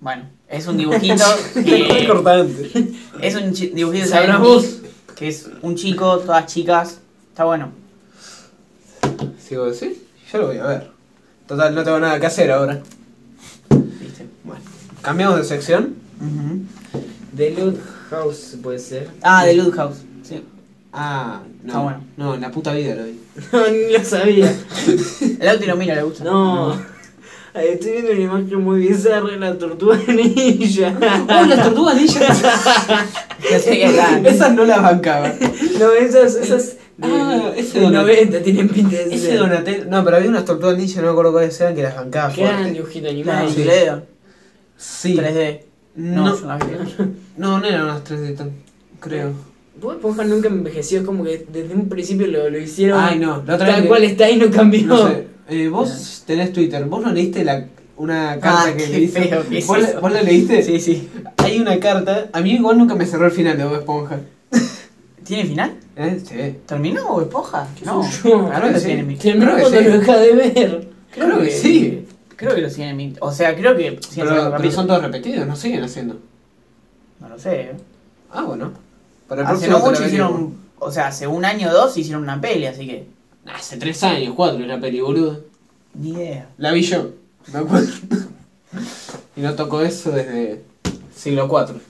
bueno, es un dibujito
Muy
que
cortante.
es un chi- dibujito de
Sabrás
Silent
vos.
Hill, que es un chico, todas chicas. Está bueno.
Si vos decís, yo lo voy a ver. Total, no tengo nada que hacer ahora.
¿viste?
Bueno, cambiamos de sección.
Ujú.
The Loot House puede ser.
Ah, de Loot House. Sí.
Ah, no.
Ah, bueno.
No, en la puta vida lo vi.
No, ni lo sabía.
El auto lo mira, le gusta.
No. Ay, Estoy viendo una imagen muy bizarra de la tortuga ninja.
¡Oh, las tortugas ninjas!
Ya sé que acá.
Esas no las bancaba.
No, esas, esas de,
Ah, ese
del
Donatello.
90 tienen pinta de
Ese
ser.
Donatello. No, pero había unas tortugas ninjas, no me acuerdo cuáles eran, que las bancaba
Qué gran
fuerte.
dibujito
La
animado.
de
Sí.
Toledo,
Sí.
3D. No,
No,
yo no la vi.
no, no eran unas 3D tan. Creo.
Bob Esponja nunca me envejeció, es como que desde un principio lo, lo hicieron
Ay, no. La otra vez.
tal
que-
cual está y no cambió.
No sé. Eh, vos tenés Twitter. ¿Vos no leíste la, una carta
Ah,
que
qué
le hizo?
feo que es
¿Vos, la-
eso.
¿Vos la leíste?
Sí, sí.
Hay una carta. A mí igual nunca me cerró el final de Bob Esponja.
¿Tiene final?
¿Eh? Sí.
¿Terminó o esponja? No.
yo?
Claro que
Sí.
tiene mi-
Terminó
Creo que
cuando
sí.
lo deja de ver.
Creo que sí.
Creo que lo siguen emitiendo. O sea, creo que siguen
Pero,
sacando
pero
capítulos.
son todos repetidos, no siguen haciendo.
No lo sé. ¿eh?
Ah, bueno. Para el
Hace
próximo
no
te la
mucho
averiguo.
hicieron. O sea, hace un año o dos hicieron una peli, así que.
Ah, Hace tres años, cuatro era peli, boludo.
Ni idea.
La vi yo, me acuerdo. y no tocó eso desde siglo IV.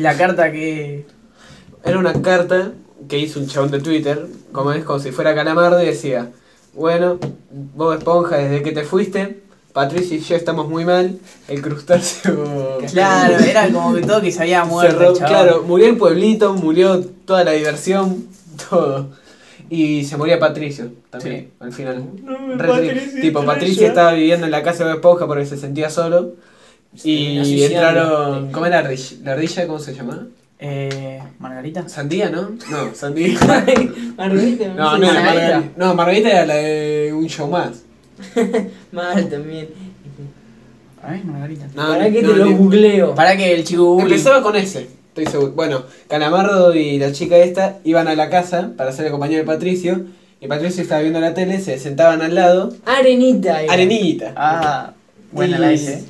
La carta que.
Era una carta que hizo un chabón de Twitter, como es, como si fuera Calamardo, y decía, bueno, Bob Esponja, desde que te fuiste, Patricia y yo estamos muy mal, el crustáceo...
Claro, era como que todo que se había muerto.
cerró,
el chabón.
claro, murió el pueblito, murió toda la diversión, todo. Y se moría Patricio también, al final. Re triste. tipo, Patricio estaba viviendo en la casa de Bob Esponja porque se sentía solo.
terminó
Y
suicidando.
entraron. ¿Cómo era la ardilla? ¿La ardilla cómo se llamaba?
Eh. Margarita.
Sandía, ¿no? No, Sandía.
Margarita,
No,
sé
no
si-
Margarita.
era Margarita. No, Margarita era la de un show más.
Mal también.
A ver, Margarita.
No,
Para que
no,
te lo
ni-
googleo.
Para que el chico Google.
Empezaba con ese, estoy seguro. Bueno, Calamardo y la chica esta iban a la casa para hacer compañía de Patricio. Y Patricio estaba viendo la tele, se sentaban al lado.
Arenita. era.
Arenita.
Ah, buena la
Sí.
S. ¿eh?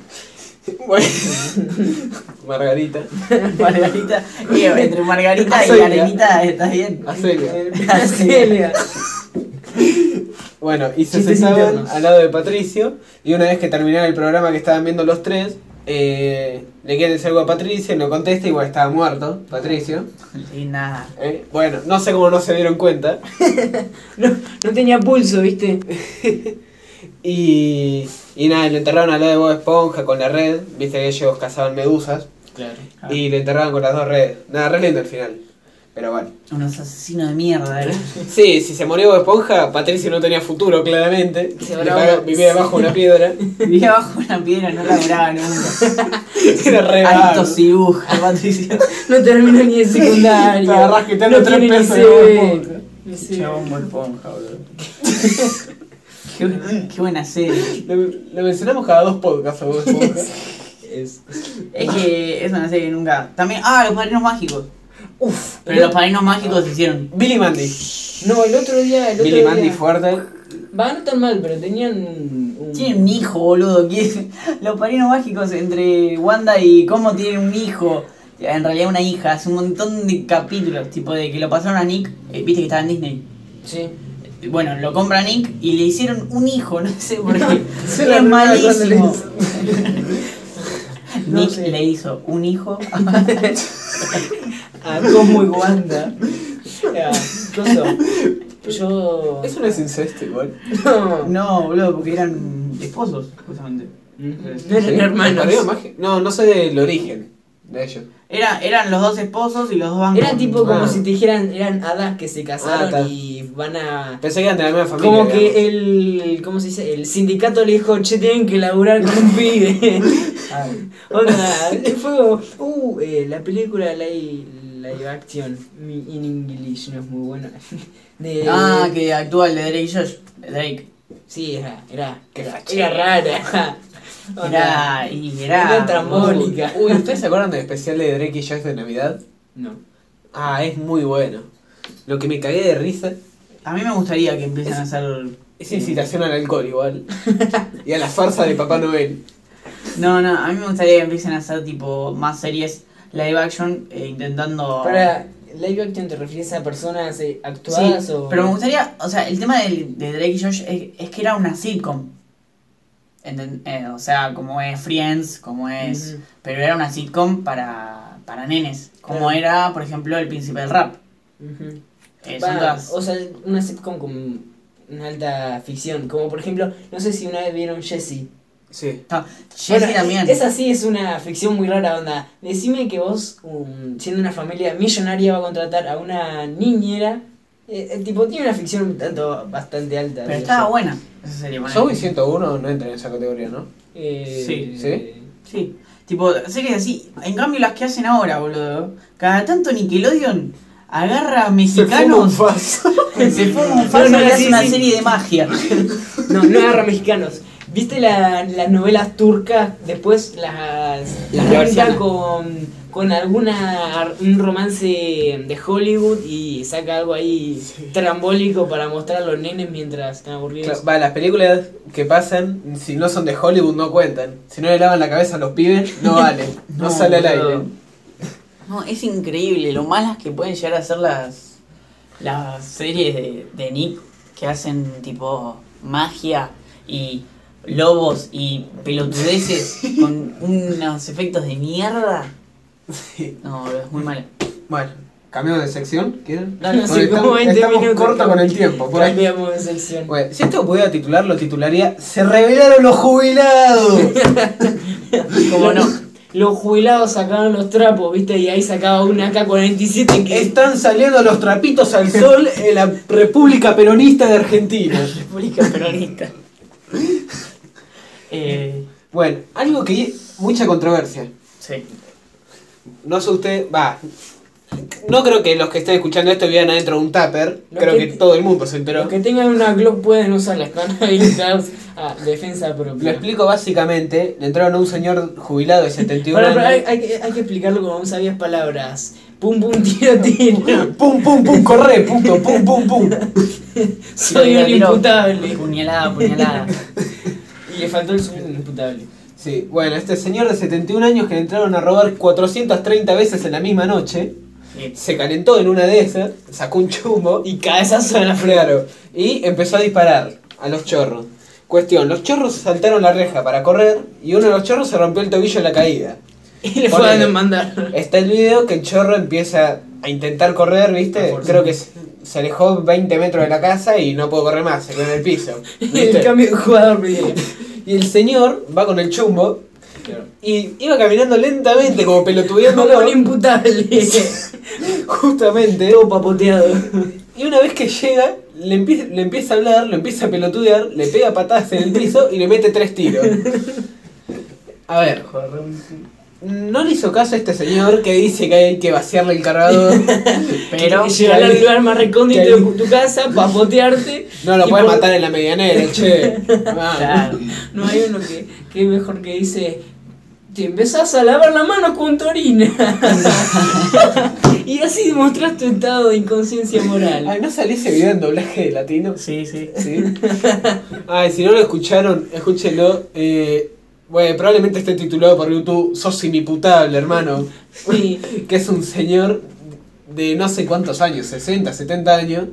Bueno. Margarita.
Margarita. Y entre Margarita y
Acelia.
Arenita está bien.
Eh,
Acelia.
Celia.
Bueno, y se
Chistes
sentaban
internos.
al lado de Patricio. Y una vez que terminaba el programa que estaban viendo los tres, eh, le quieren decir algo a Patricio, no contesta, igual estaba muerto, Patricio.
Y nada.
Eh, bueno, no sé cómo no se dieron cuenta.
No, no tenía pulso, ¿viste?
Y, y nada, lo enterraron al lado de Bob Esponja con la red. Viste que ellos cazaban medusas.
Claro.
Ah.
Y le enterraron con las dos redes. Nada, re lindo el final. Pero bueno.
Unos asesinos de mierda, eh.
Sí, si se murió Bob Esponja, Patricio no tenía futuro, claramente.
Se
Le
habrá-
pagaba- vivía debajo de una piedra.
Vivía bajo una piedra, no laburaba nunca.
Era re vago.
Alto cibuja, Patricio.
No terminó ni el secundario.
Te agarrás que te ando tres
tiene ni
pesos de
CV.
Bob Esponja.
Ni CV.
muy esponja, boludo. qué, bu- qué buena serie.
Lo, lo mencionamos cada dos podcasts a Bob Esponja.
Es,
Es que es una serie que nunca. También. Ah, los padrinos mágicos.
Uf,
Pero los padrinos mágicos se hicieron.
Billy Mandy.
No, el otro día. El otro
Billy
día.
Mandy fuerte.
Va, no tan mal, pero tenían un.
Tienen un hijo, boludo. ¿quién? Los padrinos mágicos entre Wanda y cómo tienen un hijo. En realidad una hija, hace un montón de capítulos, tipo de que lo pasaron a Nick, eh, viste que estaba en Disney.
Sí.
Bueno, lo compra Nick y le hicieron un hijo, no sé por qué.
se la
es
arruinaba
malísimo.
No
Nick
sé.
le hizo un hijo.
A Cosmo y Wanda. Ya, coso. Yo.
Eso no es incesto igual.
No.
no, boludo, porque eran esposos, justamente.
No eran
Sí.
hermanos.
Arriba, magi- No, no sé del origen de ellos.
Era, eran los dos esposos y los dos van
Era
con-
tipo como
Ah.
si te dijeran, eran hadas que se casaron
Ah, está.
y van a.
Pensé que eran de la misma familia.
Como
digamos.
que el. ¿Cómo se dice? El sindicato le dijo, che, tienen que laburar con un pibe. Onda, fue como, uh, eh, la película live, live action mi- in English no es muy buena. De-
Ah, que actúa el de Drake Josh. Drake.
Sí, era, era,
Qué
era,
fachero.
era rara.
Era, y
Una
era.
trambólica.
Uy, ¿ustedes se acuerdan del especial de Drake y Josh de Navidad?
No.
Ah, es muy bueno. Lo que me cagué de risa
A mí me gustaría que empiecen a hacer.
es incitación al alcohol igual. y a la farsa de Papá Noel.
No, no, a mí me gustaría que empiecen a hacer tipo más series live action eh, intentando.
Para live action te refieres a personas eh,
Sí,
actuadas o.
pero me gustaría, o sea, el tema del- de, Drake y Josh es, es que era una sitcom. Enten- eh, o sea, como es Friends, como es...
Ujú.
Pero era una sitcom para, para nenes. Como
Claro.
era, por ejemplo, El Príncipe del Rap.
Ujú.
Eh,
Va,
son todas-
o sea, una sitcom con una alta ficción. Como por ejemplo, no sé si una vez vieron Jessie.
Sí.
Jessie
Bueno,
también.
Esa sí es una ficción muy rara, onda. Decime que vos, um, siendo una familia millonaria, va a contratar a una niñera. Eh, eh, tipo, tiene una ficción un tanto bastante alta.
Pero
digo
estaba
yo.
buena. Esa serie, ponele.
Zoey 101 no entra en esa categoría, ¿no?
Eh,
Sí.
¿Sí?
Sí. Tipo, series así. En cambio, las que hacen ahora, boludo. Cada tanto Nickelodeon agarra mexicanos.
Se fuma un faso.
Se fuma un
No,
falso
no,
y hace
sí,
una
sí.
serie de magia.
No, no agarra mexicanos. ¿Viste la- las novelas turcas? Después las, las junta
persianas.
con, con alguna ar- un romance de Hollywood y saca algo ahí trambólico para mostrar a los nenes mientras están aburridos.
Claro, va, las películas que pasan, si no son de Hollywood, no cuentan. Si no le lavan la cabeza a los pibes, no vale. No,
No,
sale al
boludo.
aire.
No, es increíble lo malas que pueden llegar a ser las, las series de, de Nick que hacen tipo magia y lobos y pelotudeces con unos efectos de mierda.
Sí.
No, boludo, es muy malo.
Bueno, cambiamos de sección, ¿quieren?
No, no
Porque
sé, como
estamos,
20
estamos
minutos.
cortos con el tiempo. Por ahí.
Cambiamos de sección.
Bueno, si esto pudiera titular, lo titularía Se revelaron los jubilados.
Como no.
Los jubilados sacaron los trapos, ¿viste? Y ahí sacaba una AK-47 que
Están saliendo los trapitos al sol en la República Peronista de Argentina.
República Peronista. eh,
Bueno, algo que mucha controversia.
sí.
No sé usted, va. No creo que los que estén escuchando esto vivan adentro de un tupper.
Lo
creo que,
que-
todo el mundo se enteró.
los que tengan una Glock pueden usarla, están habilitados a defensa
Lo
propia.
explico básicamente. Le entraron a un señor jubilado de 71
Pará, pará, hay,
años.
hay que- hay que explicarlo con sabias palabras. Pum, pum, tiro, tiro.
Pum, pum, pum, corre, puto, pum, pum, pum.
Soy un
Tiro,
imputable.
Puñalada, puñalada.
Y le faltó el segundo imputable.
Sí, bueno, este señor de 71 años que le entraron a robar 430 veces en la misma noche.
Sí.
Se calentó en una de esas, sacó un chumbo y
Y cabezazo en la frente.
Claro, y empezó a disparar a los chorros. Cuestión, los chorros saltaron la reja para correr y uno de los chorros se rompió el tobillo en la caída.
Y le fue
Ponele.
dando en mandar.
Está el video que el chorro empieza a intentar correr,
A
¿viste?
forzar.
Creo que se se alejó 20 metros de la casa y no pudo correr más, se quedó en el piso.
El
¿viste?
cambio de jugador me
Y el señor va con el chumbo y iba caminando lentamente como pelotudeándolo,
un imputable.
justamente.
Todo papoteado.
Y una vez que llega, le, empie- le empieza a hablar, lo empieza a pelotudear, le pega patadas en el piso y le mete tres tiros. A ver, no le hizo caso a este señor que dice que hay que vaciarle el cargador.
Pero.
Llegar
que
al
ahí-
lugar más recóndito
que
de
ahí-
tu casa, papotearte.
No lo
Y
puedes
por-
matar en la medianera, che. Vamos.
Claro.
No hay uno que, que es mejor que dice. Te empezás a lavar las manos con Torina. y así demostrás tu estado de inconsciencia moral.
Ay, no salió ese video en doblaje de latino.
Sí, sí.
Sí. Ay, si no lo escucharon, escúchenlo. Eh, bueno, probablemente esté titulado por YouTube Sos inimputable, hermano.
Sí.
que es un señor de no sé cuántos años, 60, 70 años,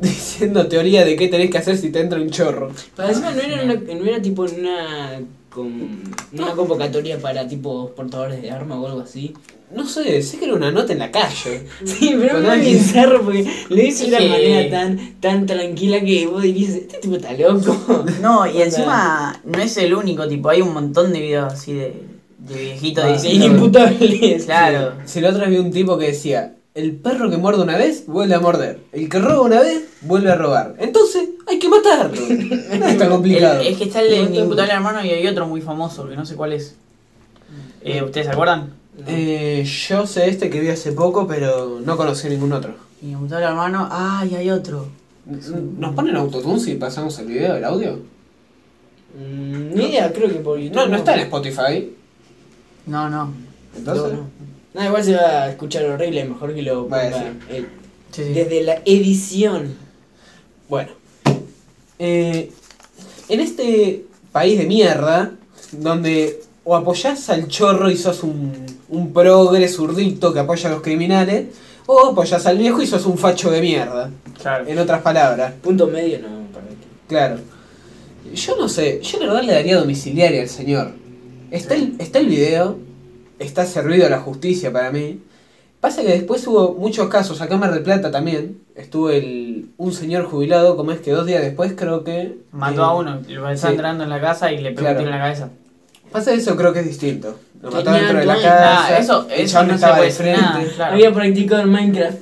diciendo teoría de qué tenés que hacer si te entra un chorro.
Para encima no era, una- no era tipo una, con, una convocatoria para tipo portadores de arma o algo así.
No sé, sé que era una nota en la calle.
Sí, pero
Con
no es
alguien.
bizarro porque lo hice de una
Sí.
manera tan, tan tranquila que vos dirías, este tipo está loco.
No, y
Onda.
encima no es el único, tipo, hay un montón de videos así de, de viejitos
Ah,
Sí,
sí,
diciendo.
inimputables.
Claro.
Si la otra vez vi un tipo que decía, el perro que muerde una vez vuelve a morder, el que roba una vez vuelve a robar. Entonces hay que matarlo. No es tan complicado.
El- es que está el,
Montón.
imputable hermano y hay otro muy famoso, que no sé cuál es. Eh, ¿Ustedes se acuerdan?
Eh, yo sé este que vi hace poco, pero no conocí ningún otro.
Imputable hermano, ay, hay otro.
¿Nos ponen autotune si pasamos el video, el audio?
Mm, ni idea, creo que por YouTube.
No, no está en Spotify.
No, no.
Entonces.
No, no. No, igual se va a escuchar horrible, mejor que lo
Vaya,
ponga él.
Sí, sí.
Desde la edición.
Bueno. Eh, en este país de mierda, donde o apoyás al chorro y sos un, un progre zurdito que apoya a los criminales, o apoyás al viejo y sos un facho de mierda.
Claro.
En otras palabras,
Punto medio, no, para qué.
claro. Yo no sé, yo la verdad le daría domiciliaria al señor. Está el, está el video, está servido a la justicia para mí. Pasa que después hubo muchos casos, acá en Mar del Plata también, estuvo el, un señor jubilado, como es que dos días después creo que...
Mató
eh,
a uno, lo está
sí.
entrando en la casa y le pegó
Claro.
un tiro en la cabeza.
Pasa eso creo que es distinto. Lo
Tenía
mató dentro de la
dueño.
casa.
Ah, eso,
el
eso
chabón
no se
estaba
puede
de
decir
frente.
nada, claro.
Había practicado en Minecraft.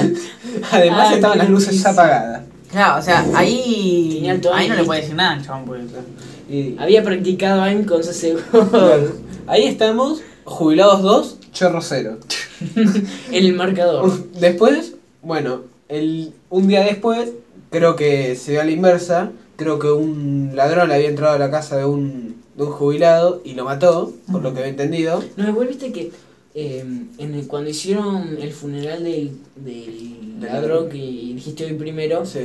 Además
Ah,
estaban
qué
las luces
difícil.
apagadas.
Claro, o sea, ahí.
Tenía el tono
Ahí no
y
le
listo.
puede decir nada al chabón, porque.
Y,
Había practicado AIM con CSGO.
Claro. Ahí estamos, jubilados dos, chorro cero.
en el marcador.
Después, bueno, el, un día después, creo que se dio a la inversa. Creo que un ladrón había entrado a la casa de un, de un jubilado y lo mató, por lo que había entendido.
No, igual viste que eh, en el- cuando hicieron el funeral del, del
Del
ladrón
ladrón.
que dijiste hoy primero,
Sí.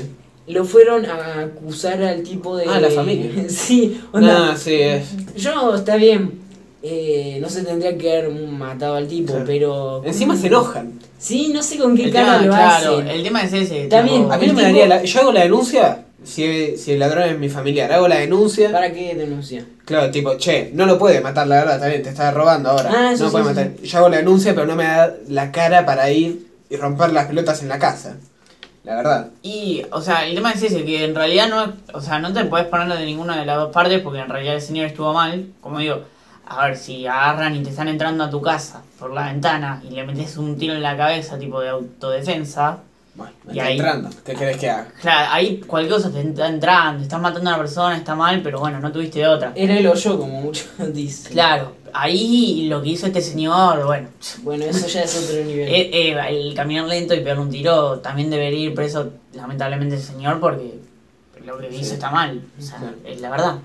lo fueron a acusar al tipo de.
Ah, la familia.
sí, onda.
Ah, sí, es.
Yo, está bien. eh, no se tendría que haber matado al tipo,
Claro.
pero.
Encima se enojan.
Sí, no sé con qué
El
cara
tema,
lo
claro,
eh.
hacen.
el tema es ese.
Está
tipo,
bien,
A mí no me
El tipo-
daría la... Yo hago la denuncia si, si el ladrón es mi familiar. Hago la denuncia.
¿Para qué denuncia?
Claro, tipo, che, no lo puede matar, la verdad, también te está robando ahora.
Ah,
no
sí,
lo puede
sí,
matar. Yo hago la denuncia, pero no me da la cara para ir y romper las pelotas en la casa. La verdad.
Y, o sea, el tema es ese, que en realidad no, o sea, no te puedes poner de ninguna de las dos partes porque en realidad el señor estuvo mal. Como digo, a ver, si agarran y te están entrando a tu casa por la ventana y le metes un tiro en la cabeza, tipo de autodefensa,
Bueno, me
Y
está
ahí-
entrando. ¿Qué querés que haga?
claro, ahí cualquier cosa te está entrando, estás matando a una persona, está mal, pero bueno, no tuviste de otra.
Era el hoyo, como muchos dicen.
Claro, ahí lo que hizo este señor, bueno,
Bueno, eso ya es otro nivel.
eh, eh, el caminar lento y pegar un tiro también debería ir preso, lamentablemente, el señor, porque lo que hizo está mal, o sea,
Sí.
es la verdad.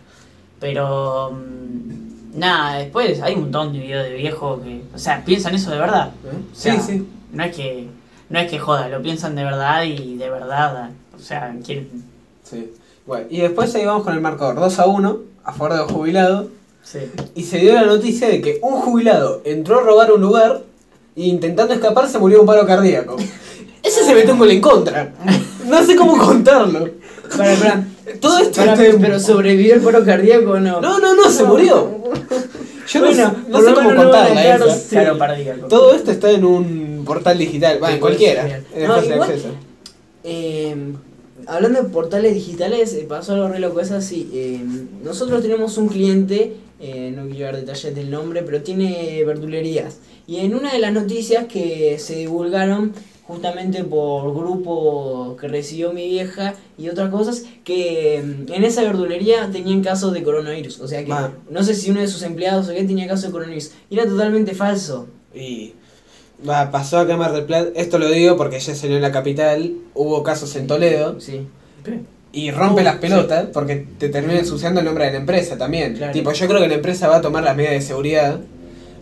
Pero, mm, nada, después hay un montón de videos de viejos que, o sea, piensan eso de verdad.
¿Eh?
O
Sí,
sea,
sí.
No es que, no es que joda, lo piensan de verdad y de verdad, o sea, quieren...
sí. Bueno, y después ahí vamos con el marcador 2 a 1, a favor de los jubilados.
Sí.
Y se dio la noticia de que un jubilado entró a robar un lugar e intentando escapar se murió de un paro cardíaco. Ese se metió un gol en contra. No sé cómo contarlo.
Para, para,
Todo esto
para,
este-
pero sobrevivió el paro cardíaco o no.
No, no, no, se murió. Yo no
Bueno,
sé- no,
por lo
sé cómo
menos no van a
contarla
dejar-
esa.
Sí.
Claro, perdí.
Todo esto está en un portal digital, va, en
Sí,
cualquiera,
sí, sí.
en el
No,
fácil
igual-
acceso.
Eh, hablando de portales digitales, eh, pasó algo re loco. Es así. eh, nosotros tenemos un cliente, eh, no quiero dar detalles del nombre, pero tiene verdulerías. Y en una de las noticias que se divulgaron justamente por grupo que recibió mi vieja y otras cosas, que eh, en esa verdulería tenían casos de coronavirus. O sea que
Va.
no sé si uno de sus empleados o qué tenía caso de coronavirus. Y era totalmente falso.
Y va, pasó acá en Mar del Plata, esto lo digo porque ya salió en la capital, hubo casos en Toledo,
Sí.
y rompe
Uh,
las pelotas porque te termina ensuciando el nombre de la empresa también.
Claro.
Tipo, yo creo que la empresa va a tomar las medidas de seguridad,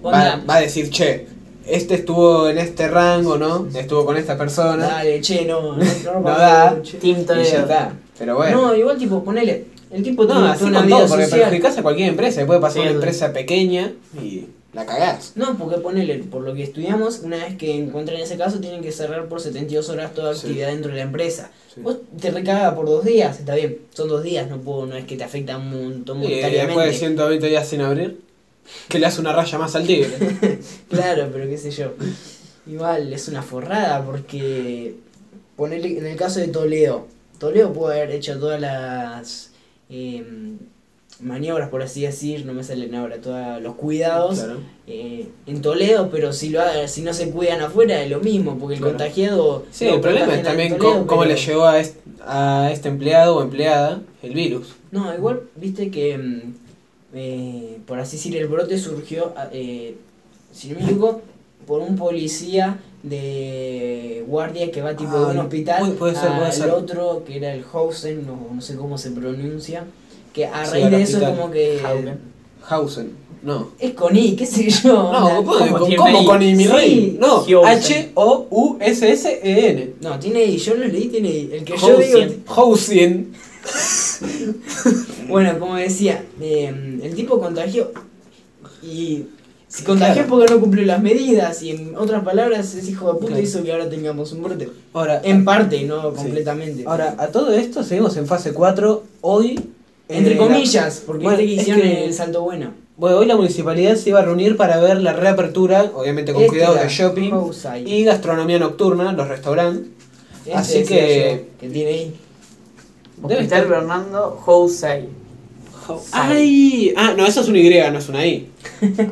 va,
Onda,
va a decir, che, este estuvo en este rango, ¿no? Estuvo con esta persona,
Dale, che, no, no, no,
No da.
che.
Team
y ya
Toledo.
está. Pero bueno.
No, igual tipo, ponele, el tipo
No,
tiene
así
una
con
vida
todo, porque
social.
perjudicás a cualquier empresa, puede pasar
Sí,
una
es verdad.
empresa pequeña y la cagás.
No, porque ponele, por lo que estudiamos, una vez que encuentran ese caso, tienen que cerrar por 72 horas toda
Sí.
actividad dentro de la empresa.
Sí.
Vos te recaga por dos días, está bien, son dos días, no puedo, no es que te afecta un montón
Y después de
monetariamente.
120 días sin abrir, que le hace una raya más al tigre.
Claro, pero qué sé yo. Igual es una forrada porque ponele en el caso de Toledo. Toledo pudo haber hecho todas las eh, maniobras, por así decir, no me salen ahora, todos los cuidados
Claro.
eh, en Toledo, pero si lo ha- si no se cuidan afuera es lo mismo, porque el
Claro.
contagiado...
Sí,
no,
el problema es
contagian
también
en Toledo,
cómo, cómo
pero-
le llegó a, est- a este empleado o empleada el virus.
No, igual, viste que, mm, eh, por así decir, el brote surgió, a- eh, si no me equivoco, por un policía de guardia que va tipo
Ah,
de un hospital
puede- puede ser, puede
al
ser.
otro que era el Hausen, no, no sé cómo se pronuncia, Que a
Sí,
raíz
la
de eso
capital.
como que...
Haugen.
Hausen. No.
Es con I, qué sé yo. onda.
No, ¿cómo,
¿cómo
¿cómo,
tiene I?
con I, mi
Sí,
rey? No,
Hausen.
H-O-U-S-S-E-N.
No, tiene I, yo lo leí, tiene I. El que yo
Hausen.
digo...
Hausen.
Bueno, como decía, eh, el tipo contagió y se contagió porque no cumplió las medidas y en otras palabras ese hijo de puta
Claro.
hizo que ahora tengamos un brote.
Ahora,
En parte, no
Sí.
completamente.
ahora, a todo esto seguimos en fase 4. Hoy.
Entre
eh, la-
comillas, porque
Bueno,
viste que
es
hicieron
que-
el salto bueno.
Bueno, hoy la municipalidad se iba a reunir para ver la reapertura, obviamente con
Este
cuidado
era
de shopping
Housai.
y gastronomía nocturna, los restaurantes.
Este
así
decía
que-
yo, que tiene ahí.
Debe
Hospital Bernardo Housay.
¡Ay! Ah, no, eso es una Y, no es una I.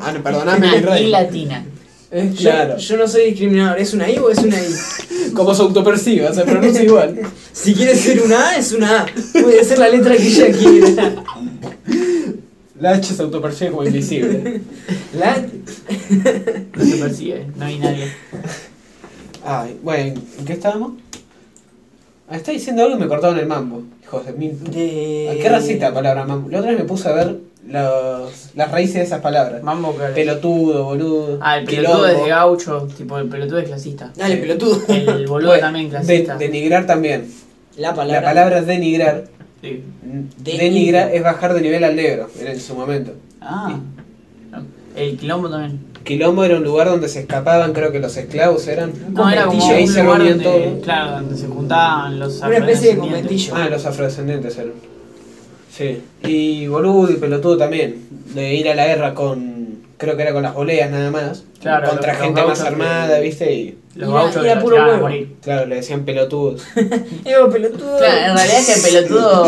Ah, no, perdoname, mi
Una I
rey.
latina.
Es
Yo,
claro.
yo no soy discriminador, ¿es una I o es una I?
Como se autoperciba, se pronuncia igual.
si quiere ser una A, es una A. Puede ser la letra que ella quiera.
La H se autopercibe como invisible.
La-
No se percibe, no hay nadie.
Ay, bueno, ¿en qué estábamos? Ah, está diciendo algo y me cortaron el mambo, hijos de mil.
de...
¿A Ah, qué racista la palabra mambo? La otra vez me puse a ver los, las raíces de esas palabras.
Mambo que
Pelotudo, boludo.
Ah, el pelotudo es
quilombo.
de gaucho, tipo el pelotudo es clasista.
Dale, pelotudo.
El boludo
Bueno,
también
de-
clasista.
denigrar también.
La palabra.
La palabra denigrar.
Sí.
Denigrar es bajar de nivel al negro en, en su momento.
Ah. El quilombo también.
Quilombo era un lugar donde se escapaban, creo que los esclavos eran.
No, era como
Y ahí
un
se
lugar
reunían
donde,
todos.
claro, donde se juntaban los
Una especie de
afrodescendientes.
conventillo.
Ah, los afrodescendientes eran. Sí. Y boludo y pelotudo también. De ir a la guerra con. Creo que era con las boleas nada más.
Claro,
contra
los- los
gente más
gauchos
armada,
que-
¿viste? Y.
Los
Y era-
gauchos
era
los
puro
tiraban a
huevo.
morir.
Claro, le decían pelotudos.
Evo, pelotudo.
Claro, en realidad es que el pelotudo.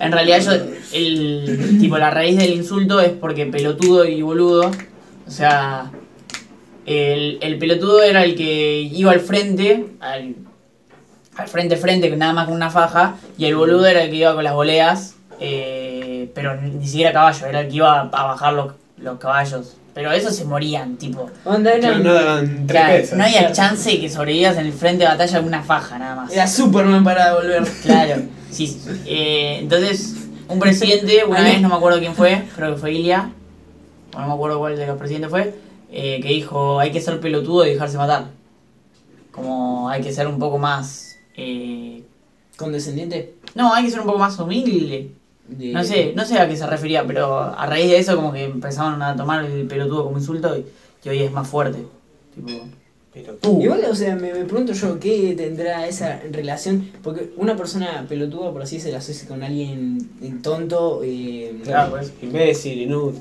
En realidad yo. El, tipo, la raíz del insulto es porque pelotudo y boludo. O sea. El, el pelotudo era el que iba al frente. Al, al frente frente, nada más con una faja. Y el boludo era el que iba con las boleas. eh, pero ni siquiera a caballo, era el que iba a, a bajar los, los caballos. Pero esos se morían, tipo.
Onda era,
Claro, no daban tres
Claro,
pesas.
no había chance de que sobrevivas en el frente de batalla con una faja, nada más.
era Superman para devolver.
Claro, sí. eh, entonces, un presidente, una vez, no me acuerdo quién fue, creo que fue Ilia, o no me acuerdo cuál de los presidentes fue, eh, que dijo, hay que ser pelotudo y dejarse matar. Como hay que ser un poco más... eh,
Condescendiente.
no, hay que ser un poco más humilde.
De-
No sé, no sé a qué se refería, pero a raíz de eso como que empezaron a tomar el pelotudo como insulto y, y hoy es más fuerte. Tipo,
Pelotudo.
Igual, o sea, me, me pregunto yo qué tendrá esa relación. Porque una persona pelotuda, por así se la asocia con alguien eh, tonto, eh,
claro, pues.
Imbécil, inútil.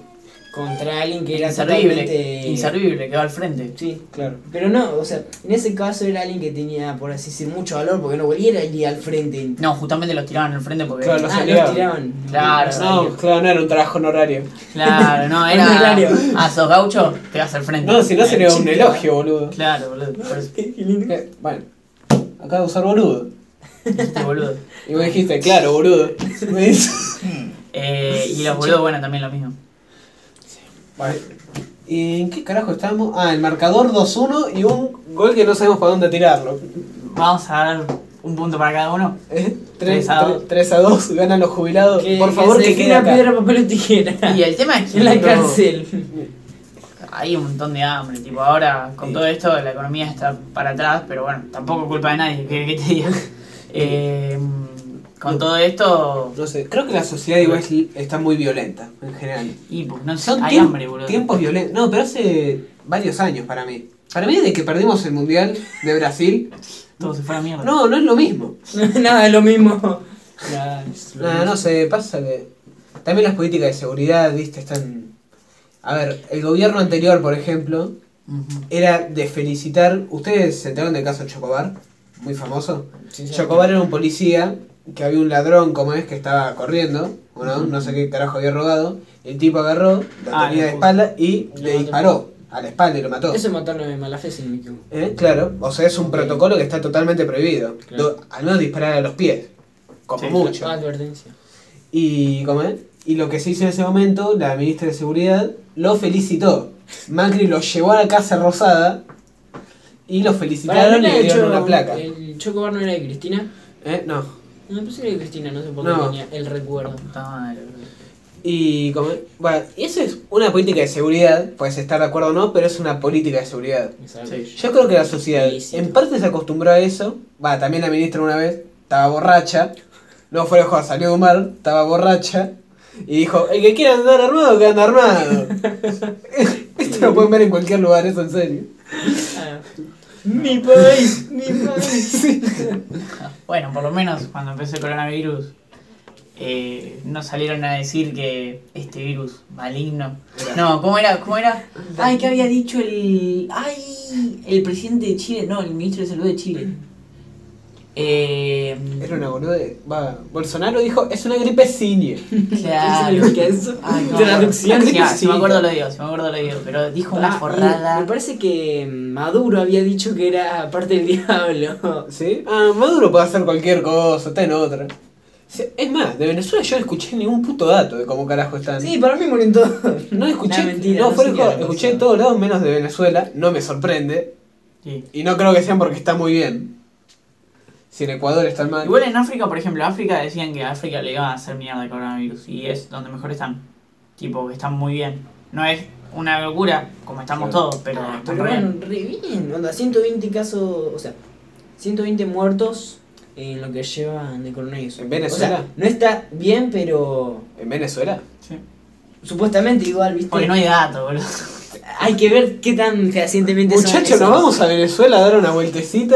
contra alguien que era
Inservible,
totalmente-
inservible, que va al frente.
Sí.
Claro.
Pero no, o sea, en ese caso era alguien que tenía, por así decir, mucho valor, porque no volviera allí al frente.
No, justamente los tiraban al frente porque...
Claro, los
Ah, los
aliados.
tiraban.
Claro,
No, claro, no era un trabajo honorario.
Claro, no,
Un
era.
horario.
Ah, sos gaucho, te vas al frente.
No, si no sería un
Chica.
elogio, boludo.
Claro, boludo. Por eso
Eh, Bueno, acá de usar boludo.
dijiste boludo.
Y vos dijiste, claro, boludo. Me dice-
Eh, y los boludos, bueno, también lo mismo.
Bueno, ¿y en qué carajo estamos? Ah, el marcador 2-1 y un gol que no sabemos para dónde tirarlo.
Vamos a dar un punto para cada uno.
3
Tres a dos.
a 2, ganan los jubilados.
Que-
Por favor,
se
que quede
defina
acá.
piedra, papel o tijera.
Y el tema es que
En la
tipo,
cárcel.
hay un montón de hambre. Tipo, ahora con todo esto la economía está para atrás, pero bueno, tampoco culpa de nadie, que, que te diga. Eh, con todo esto.
No sé, creo que la sociedad igual es- está muy violenta en general.
Y pues, no sé,
Son
hay
tiemp-
hambre, boludo.
tiempos violentos. No, pero hace varios años para mí. Para mí, desde que perdimos el Mundial de Brasil,
Todo se fue a la mierda.
no, no es lo mismo.
Nada, es lo mismo.
No, no sé, pasa que. También las políticas de seguridad, viste, están. A ver, el gobierno anterior, por ejemplo,
Ujú.
era de felicitar. ¿Ustedes se enteraron del caso Chocobar? Muy famoso.
sí.
Chocobar era un policía que había un ladrón, como es, que estaba corriendo, o no, no sé qué carajo había robado. El tipo agarró, lo
Ah, lo
tenía de
puso.
espalda y
Lo
le
mató.
disparó a la espalda y lo mató.
Eso es matarlo de mala fe, si no me equivoco.
¿Eh? Claro, o sea, es un protocolo que está totalmente prohibido.
Claro.
Do- al menos disparar a los pies, como
Sí, claro.
mucho.
Ah, Advertencia.
Y, ¿cómo es? y lo que se hizo en ese momento, la ministra de Seguridad lo felicitó. Macri lo llevó a la Casa Rosada y lo felicitaron y le dieron una placa.
El Chocobar no era de Cristina.
¿Eh? No.
No, pero sí de Cristina, no sé por qué
No.
tenía el recuerdo.
Puta madre, boludo.
Y como, bueno, eso es una política de seguridad, puedes estar de acuerdo o no, pero es una política de seguridad.
Sí.
Yo creo que la sociedad
Sí, sí.
en parte se acostumbró a eso. Va, también la ministra una vez estaba borracha. No fue juego, salió de un bar, estaba borracha. Y dijo, el que quiera andar armado, que anda armado. Esto lo pueden ver en cualquier lugar, eso en serio.
Ah. Mi país, mi país.
Bueno, por lo menos cuando empezó el coronavirus, eh, no salieron a decir que este virus maligno. No, ¿cómo era? ¿Cómo era? Ay, ¿qué había dicho el. Ay, el presidente de Chile, no, el ministro de Salud de Chile. Eh,
Era una boluda. Va, Bolsonaro dijo, es una gripe senior.
claro.
¿Qué es eso?
Ay, no,
Traducción.
no, sí, ah, sí, me acuerdo lo digo, sí, me acuerdo lo digo, pero dijo una
Ah, y
forrada.
Me parece que Maduro había dicho que era parte del diablo.
¿Sí? Ah, Maduro puede hacer cualquier cosa, está en otra. Sí, Es más, de Venezuela yo no escuché ningún puto dato de cómo carajo están.
Sí, para mí murió todo.
No escuché,
Nah, mentira,
no,
no
fuera
sé
de joda,
qué era
escuché de
Venezuela.
todos lados menos de Venezuela, no me sorprende.
Sí.
Y no creo que sean porque está muy bien. Si en Ecuador están mal.
Igual en África, por ejemplo, África decían que a África le iban a hacer mierda el coronavirus y es donde mejor están. Tipo, que están muy bien. No es una locura, como estamos
Claro.
todos, pero están
Pero
re bien.
bueno, re bien. Onda, 120 casos, o sea, 120 muertos en lo que llevan de coronavirus.
¿En Venezuela?
O sea, no está bien, pero
¿En Venezuela?
Sí.
supuestamente igual, ¿viste?
Porque no hay datos, boludo.
Hay que ver qué tan fehacientemente son
Muchachos,
esos.
¿nos vamos a Venezuela a dar una vueltecita?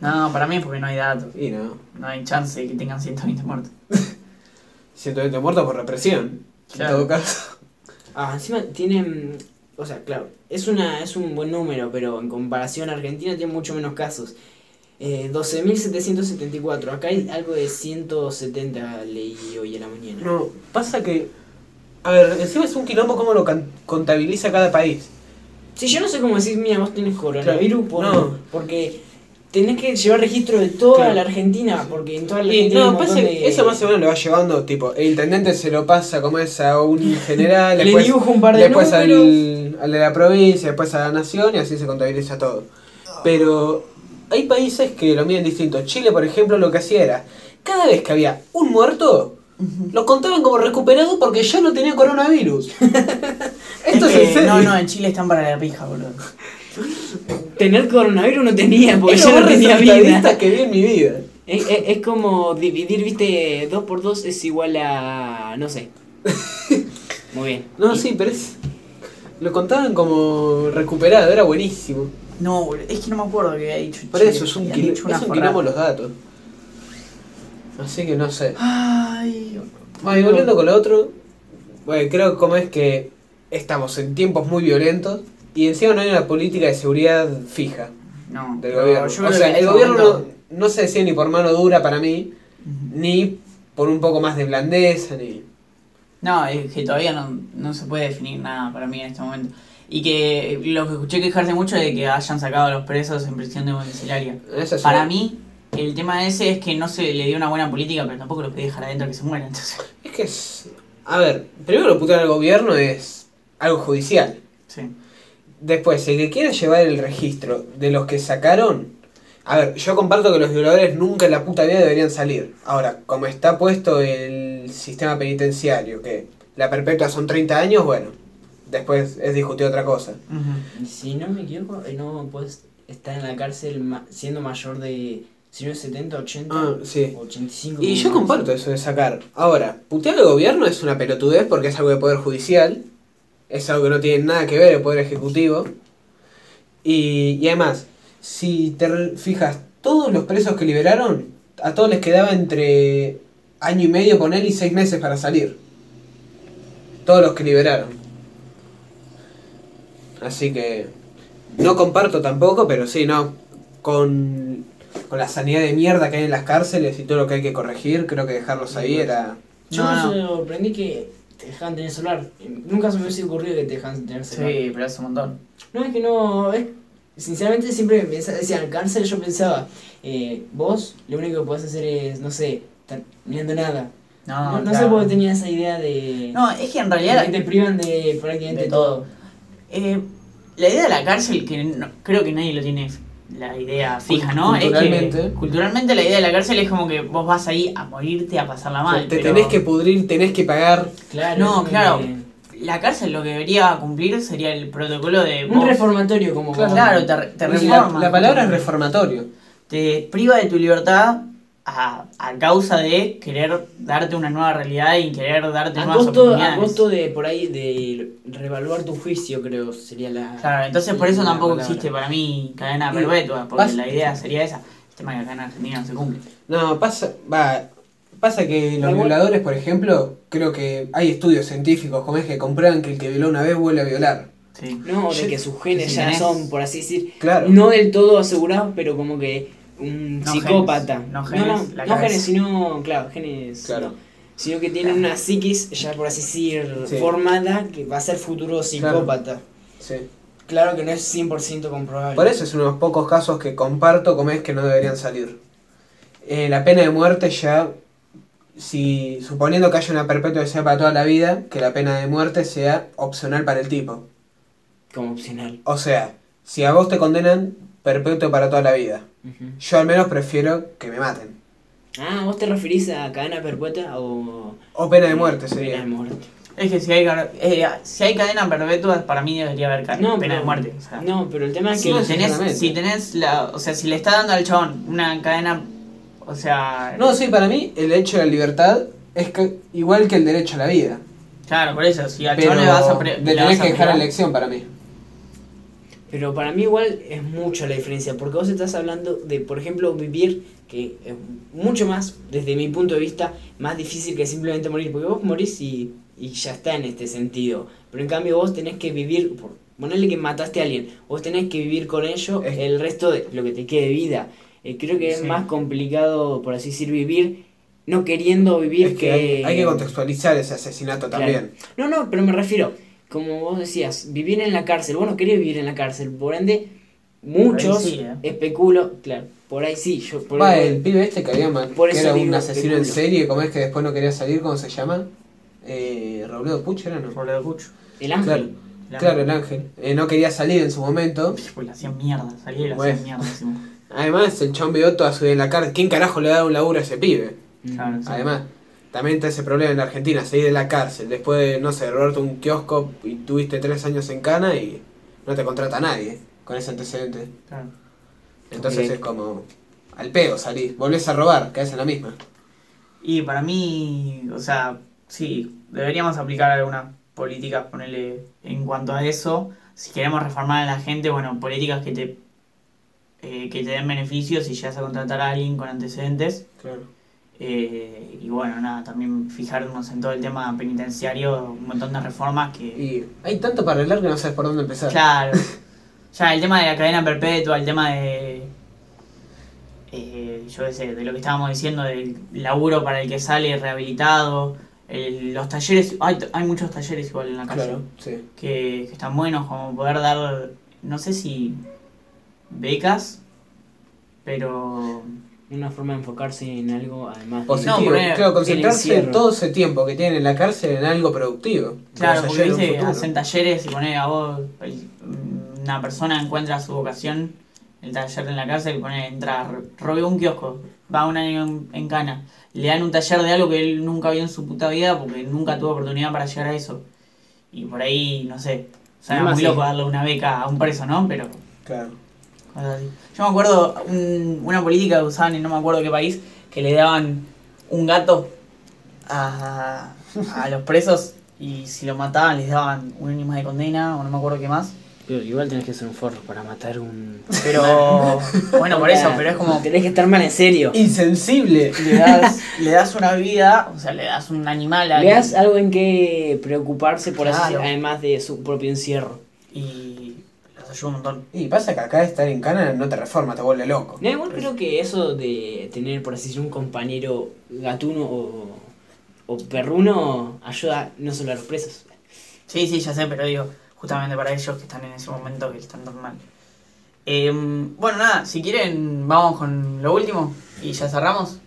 No, para mí es porque no hay datos.
Y no.
No hay chance de que tengan 120 muertos.
120 muertos por represión.
Claro.
En todo caso.
Ah, encima tienen. O sea, claro, es, una, es un buen número, pero en comparación a Argentina tiene mucho menos casos. Eh, 12.774, acá hay algo de 170 leí hoy en la mañana.
No, pasa que. A ver, encima es un quilombo cómo lo can- contabiliza cada país.
Si yo no sé cómo decir, mira, vos tenés coronavirus, por-
No.
porque tenés que llevar registro de toda
Claro.
la Argentina, porque en toda la
Y
Argentina. hay un
no,
montón
pasa que
de-
eso más o menos lo va llevando, tipo, el intendente se lo pasa como es a un general,
Le
después
dibujo un par de
después al,
números.
al de la provincia, después a la nación y así se contabiliza todo. Pero hay países que lo miden distinto. Chile, por ejemplo, lo que hacía era, cada vez que había un muerto, lo contaban como recuperado porque ya no tenía coronavirus. Esto es,
que-
en serio.
Eh, No, no, en Chile están para la pija, boludo.
Tener coronavirus no tenía, porque
es lo
yo no
más
tenía
resultadista
vida.
que vi en mi vida.
Es, es- es como dividir, viste, 2 por 2 es igual a. no sé. Muy bien.
No, sí, pero es... Lo contaban como recuperado, era buenísimo.
No, boludo, es que no me acuerdo que había dicho.
Por
Chile,
eso es un,
habían
quil-
dicho una
es un
forrada.
quilombo los datos. Así que no sé.
Ay,
Bueno, y volviendo con lo otro, bueno, creo como es que estamos en tiempos muy violentos y encima no hay una política de seguridad fija
No,
del
pero
gobierno.
yo creo
O sea,
que
el
en
gobierno
este
no,
momento-
no se decide ni por mano dura para mí,
Ujú.
ni por un poco más de blandeza, ni...
No, es que todavía no, no se puede definir nada para mí en este momento. Y que lo que escuché quejarse mucho es de que hayan sacado a los presos en prisión de domiciliaria.
Esa es
Para
una-
mí, el tema ese es que no se le dio una buena política, pero tampoco los puede dejar adentro que se mueran. Entonces,
Es que es... A ver, primero lo putear al gobierno es algo judicial.
sí.
Después, el que quiera llevar el registro de los que sacaron. A ver, yo comparto que los violadores nunca en la puta vida deberían salir. Ahora, como está puesto el sistema penitenciario, que la perpetua son 30 años, bueno, después es discutir otra cosa.
Ujú.
Si no me equivoco, eh, no puedes estar en la cárcel ma- siendo mayor de. Si no es 70, 80,
Ah, sí.
85.
Y
como
yo
máximo.
comparto eso de sacar. Ahora, putear al gobierno es una pelotudez porque es algo de poder judicial. Es algo que no tiene nada que ver el poder ejecutivo. Y, y además, si te re- fijas, todos los presos que liberaron, a todos les quedaba entre año y medio poner y seis meses para salir. Todos los que liberaron. Así que no comparto tampoco, pero sí, no. Con, con la sanidad de mierda que hay en las cárceles y todo lo que hay que corregir, creo que dejarlos ahí era...
Yo
No,
me
no.
sorprendí que te dejaban tener celular. Nunca se me hubiese ocurrido que te dejaban tener celular.
Sí, pero es un montón.
No, es que no. Es, sinceramente, siempre me pensaba, decían cárcel. Yo pensaba, eh, vos lo único que podés hacer es, no sé, estar mirando nada.
No,
No, no sé
Ah, claro.
por qué tenía esa idea de.
No, es que en realidad
que te privan de prácticamente
de
todo.
todo. Eh, la idea de la cárcel, que no- creo que nadie lo tiene la idea fija, ¿no? Es que
Culturalmente.
culturalmente la idea de la cárcel es como que vos vas ahí a morirte, a pasarla
O sea,
mal.
te
pero
tenés que pudrir, tenés que pagar.
Claro.
No,
es
claro.
un-
La cárcel lo que debería cumplir sería el protocolo de...
Un
Eh, vos-
reformatorio como.
Claro, te, te
La-
reforma.
la palabra es reformatorio.
te priva de tu libertad a, a causa de querer darte una nueva realidad y querer darte
A
nuevas
costo, a
oportunidades.
costo de por ahí de revaluar tu juicio, creo, sería la.
Claro, entonces por eso
la
tampoco
palabra.
existe para mí cadena
Y
perpetua, porque
vas-
la idea sería esa. El tema es que acá en Argentina no se cumple.
No, pasa, va, pasa que los violadores, por ejemplo, creo que hay estudios científicos como es que comprueban que el que violó una vez vuelve a violar.
Sí.
No, de
Yo-
que sus genes
si
ya
tenés-
son, por así decir,
Claro.
no del todo asegurados, pero como que un
No
psicópata.
genes, no
no,
genes, la
no
cabeza.
genes, sino, claro, genes.
Claro.
no, sino que tiene una psiquis, ya por así decir,
Sí.
formada, que va a ser futuro psicópata.
Sí.
Claro, que no es 100% comprobable.
Por eso es uno de los pocos casos que comparto como es que no deberían salir. Eh, la pena de muerte ya, si suponiendo que haya una perpetua que sea para toda la vida, que la pena de muerte sea opcional para el tipo.
Como opcional.
O sea, si a vos te condenan, perpetua para toda la vida. Yo al menos prefiero que me maten.
Ah, ¿vos te referís a cadena perpetua o
O pena de muerte
pena de
sería.
muerte?
Es que si hay, gar- eh, si hay cadena perpetua, para mí debería haber ca-
No,
pena de
pero-
muerte. o sea.
No, pero el tema es
Si
que...
no,
tenés,
sinceramente.
si tenés la, o sea, si le está dando al chabón una cadena, o sea,
No, sí, para mí el derecho a la libertad es que- igual que el derecho a la vida.
claro, por eso, si al
Pero
chabón le vas a
le
pre- le vas
tenés
a
que dejar
privar-
elección para mí.
Pero para mí igual es mucho la diferencia, porque vos estás hablando de, por ejemplo, vivir, que es mucho más, desde mi punto de vista, más difícil que simplemente morir, porque vos morís y, y ya está en este sentido. Pero en cambio vos tenés que vivir, por, ponele que mataste a alguien, vos tenés que vivir con ello
Es-
el resto de lo que te quede de vida. Eh, creo que es
Sí.
más complicado, por así decir, vivir no queriendo vivir
Es que, hay, hay que contextualizar ese asesinato
Claro.
también.
no, no, pero me refiero, como vos decías, vivir en la cárcel. Bueno, quería vivir en la cárcel, por ende, muchos
Por ahí sí, ¿eh?
especulo, claro, por ahí sí, yo por
Va,
ahí-
el pibe este que había ma-
Por
que
eso
era un
digo,
asesino en
especulo.
serie, como es que después no quería salir, ¿cómo se llama? Eh, Robledo Puch era, ¿no?
Por lo de Cucho.
el ángel.
Claro,
La-
claro, el ángel. Eh, no quería salir en su momento.
Pues le hacían mierda, salía y le
Bueno.
hacían mierda encima.
Además, el chon vio toda su vida en la cárcel. ¿Quién carajo le da un laburo a ese pibe?
mm,
Claro, sí.
Además, también está ese problema en la Argentina, salir de la cárcel después de, no sé, robarte un kiosco y tuviste tres años en cana y no te contrata nadie con ese antecedente.
Claro.
Entonces
Ok.
es como, al pedo salís, volvés a robar, quedás en la misma.
Y para mí, o sea, sí, deberíamos aplicar algunas políticas, ponerle en cuanto a eso. Si queremos reformar a la gente, bueno, políticas que te, eh, que te den beneficios si llegas a contratar a alguien con antecedentes.
Claro.
Eh, y bueno, nada, también fijarnos en todo el tema penitenciario, un montón de reformas que...
Y hay tanto para arreglar que no sabes por dónde empezar.
Claro. Ya, el tema de la cadena perpetua, el tema de... eh, yo qué sé, de lo que estábamos diciendo, del laburo para el que sale rehabilitado, el- los talleres, hay, hay muchos talleres igual en la calle
Claro, sí.
que, que están buenos, como poder dar, no sé si becas, pero...
Una forma de enfocarse en algo, además. de-
Positivo,
No, porque
claro, concentrarse
encierro.
en todo ese tiempo que tienen en la cárcel en algo productivo.
Claro,
Los
porque
ayer en un
viste,
futuro.
hacen talleres y pone a vos, el- una persona encuentra su vocación, el taller en la cárcel, pone, entra, robe un kiosco, va un año en, en cana, le dan un taller de algo que él nunca vio en su puta vida porque nunca tuvo oportunidad para llegar a eso. Y por ahí, no sé, suena
Además,
muy
sí.
loco darle una beca a un preso, ¿no? Pero
Claro.
cosas así. Yo me acuerdo un- una política que usaban en no me acuerdo qué país, que le daban un gato a, a los presos y si lo mataban les daban un año más de condena o no me acuerdo qué más.
Pero igual tenés que ser un forro para matar un...
Pero bueno, por eso,
Claro,
pero es como
Tenés que estar mal en serio.
Insensible.
le das, le das una vida, o sea, le das un animal a
Le das
alguien
algo en que preocuparse, por así
Claro.
decir, además de su propio encierro.
y los ayuda un montón.
Y pasa que acá estar en cana no te reforma, te vuelve loco.
No, igual creo que eso de tener, por así decir, un compañero gatuno o, o perruno ayuda no solo a los presos.
Sí, sí, ya sé, pero digo, justamente para ellos que están en ese momento que están tan mal. Em, bueno, nada, si quieren, vamos con lo último y ya cerramos.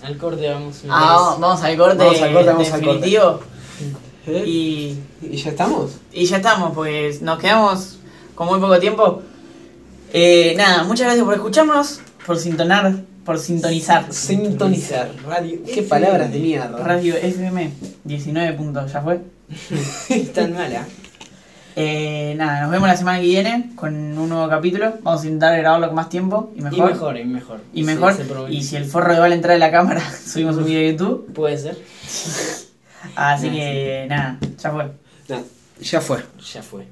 Al corte vamos una
Ah,
vez.
vamos al corte,
Vamos al corte, vamos al corte.
definitivo.
¿Eh? ¿Y,
Y,
ya estamos?
y ya estamos, porque nos quedamos con muy poco tiempo. Eh, nada, muchas gracias por escucharnos, por sintonar, por sintonizar.
Sintonizar, radio. Qué palabras de mierda.
Radio FM 19 puntos, ¿ya fue?
Es tan mala.
¿ah?
Eh, nada, nos vemos la semana que viene con un nuevo capítulo. Vamos a intentar grabarlo con más tiempo y mejor.
Y mejor, y mejor.
Y, mejor.
Se- se probó.
y si el forro de vale entrar en la cámara, subimos un video de YouTube.
Puede ser.
Así que nada, ya fue.
Ya fue.
Ya fue.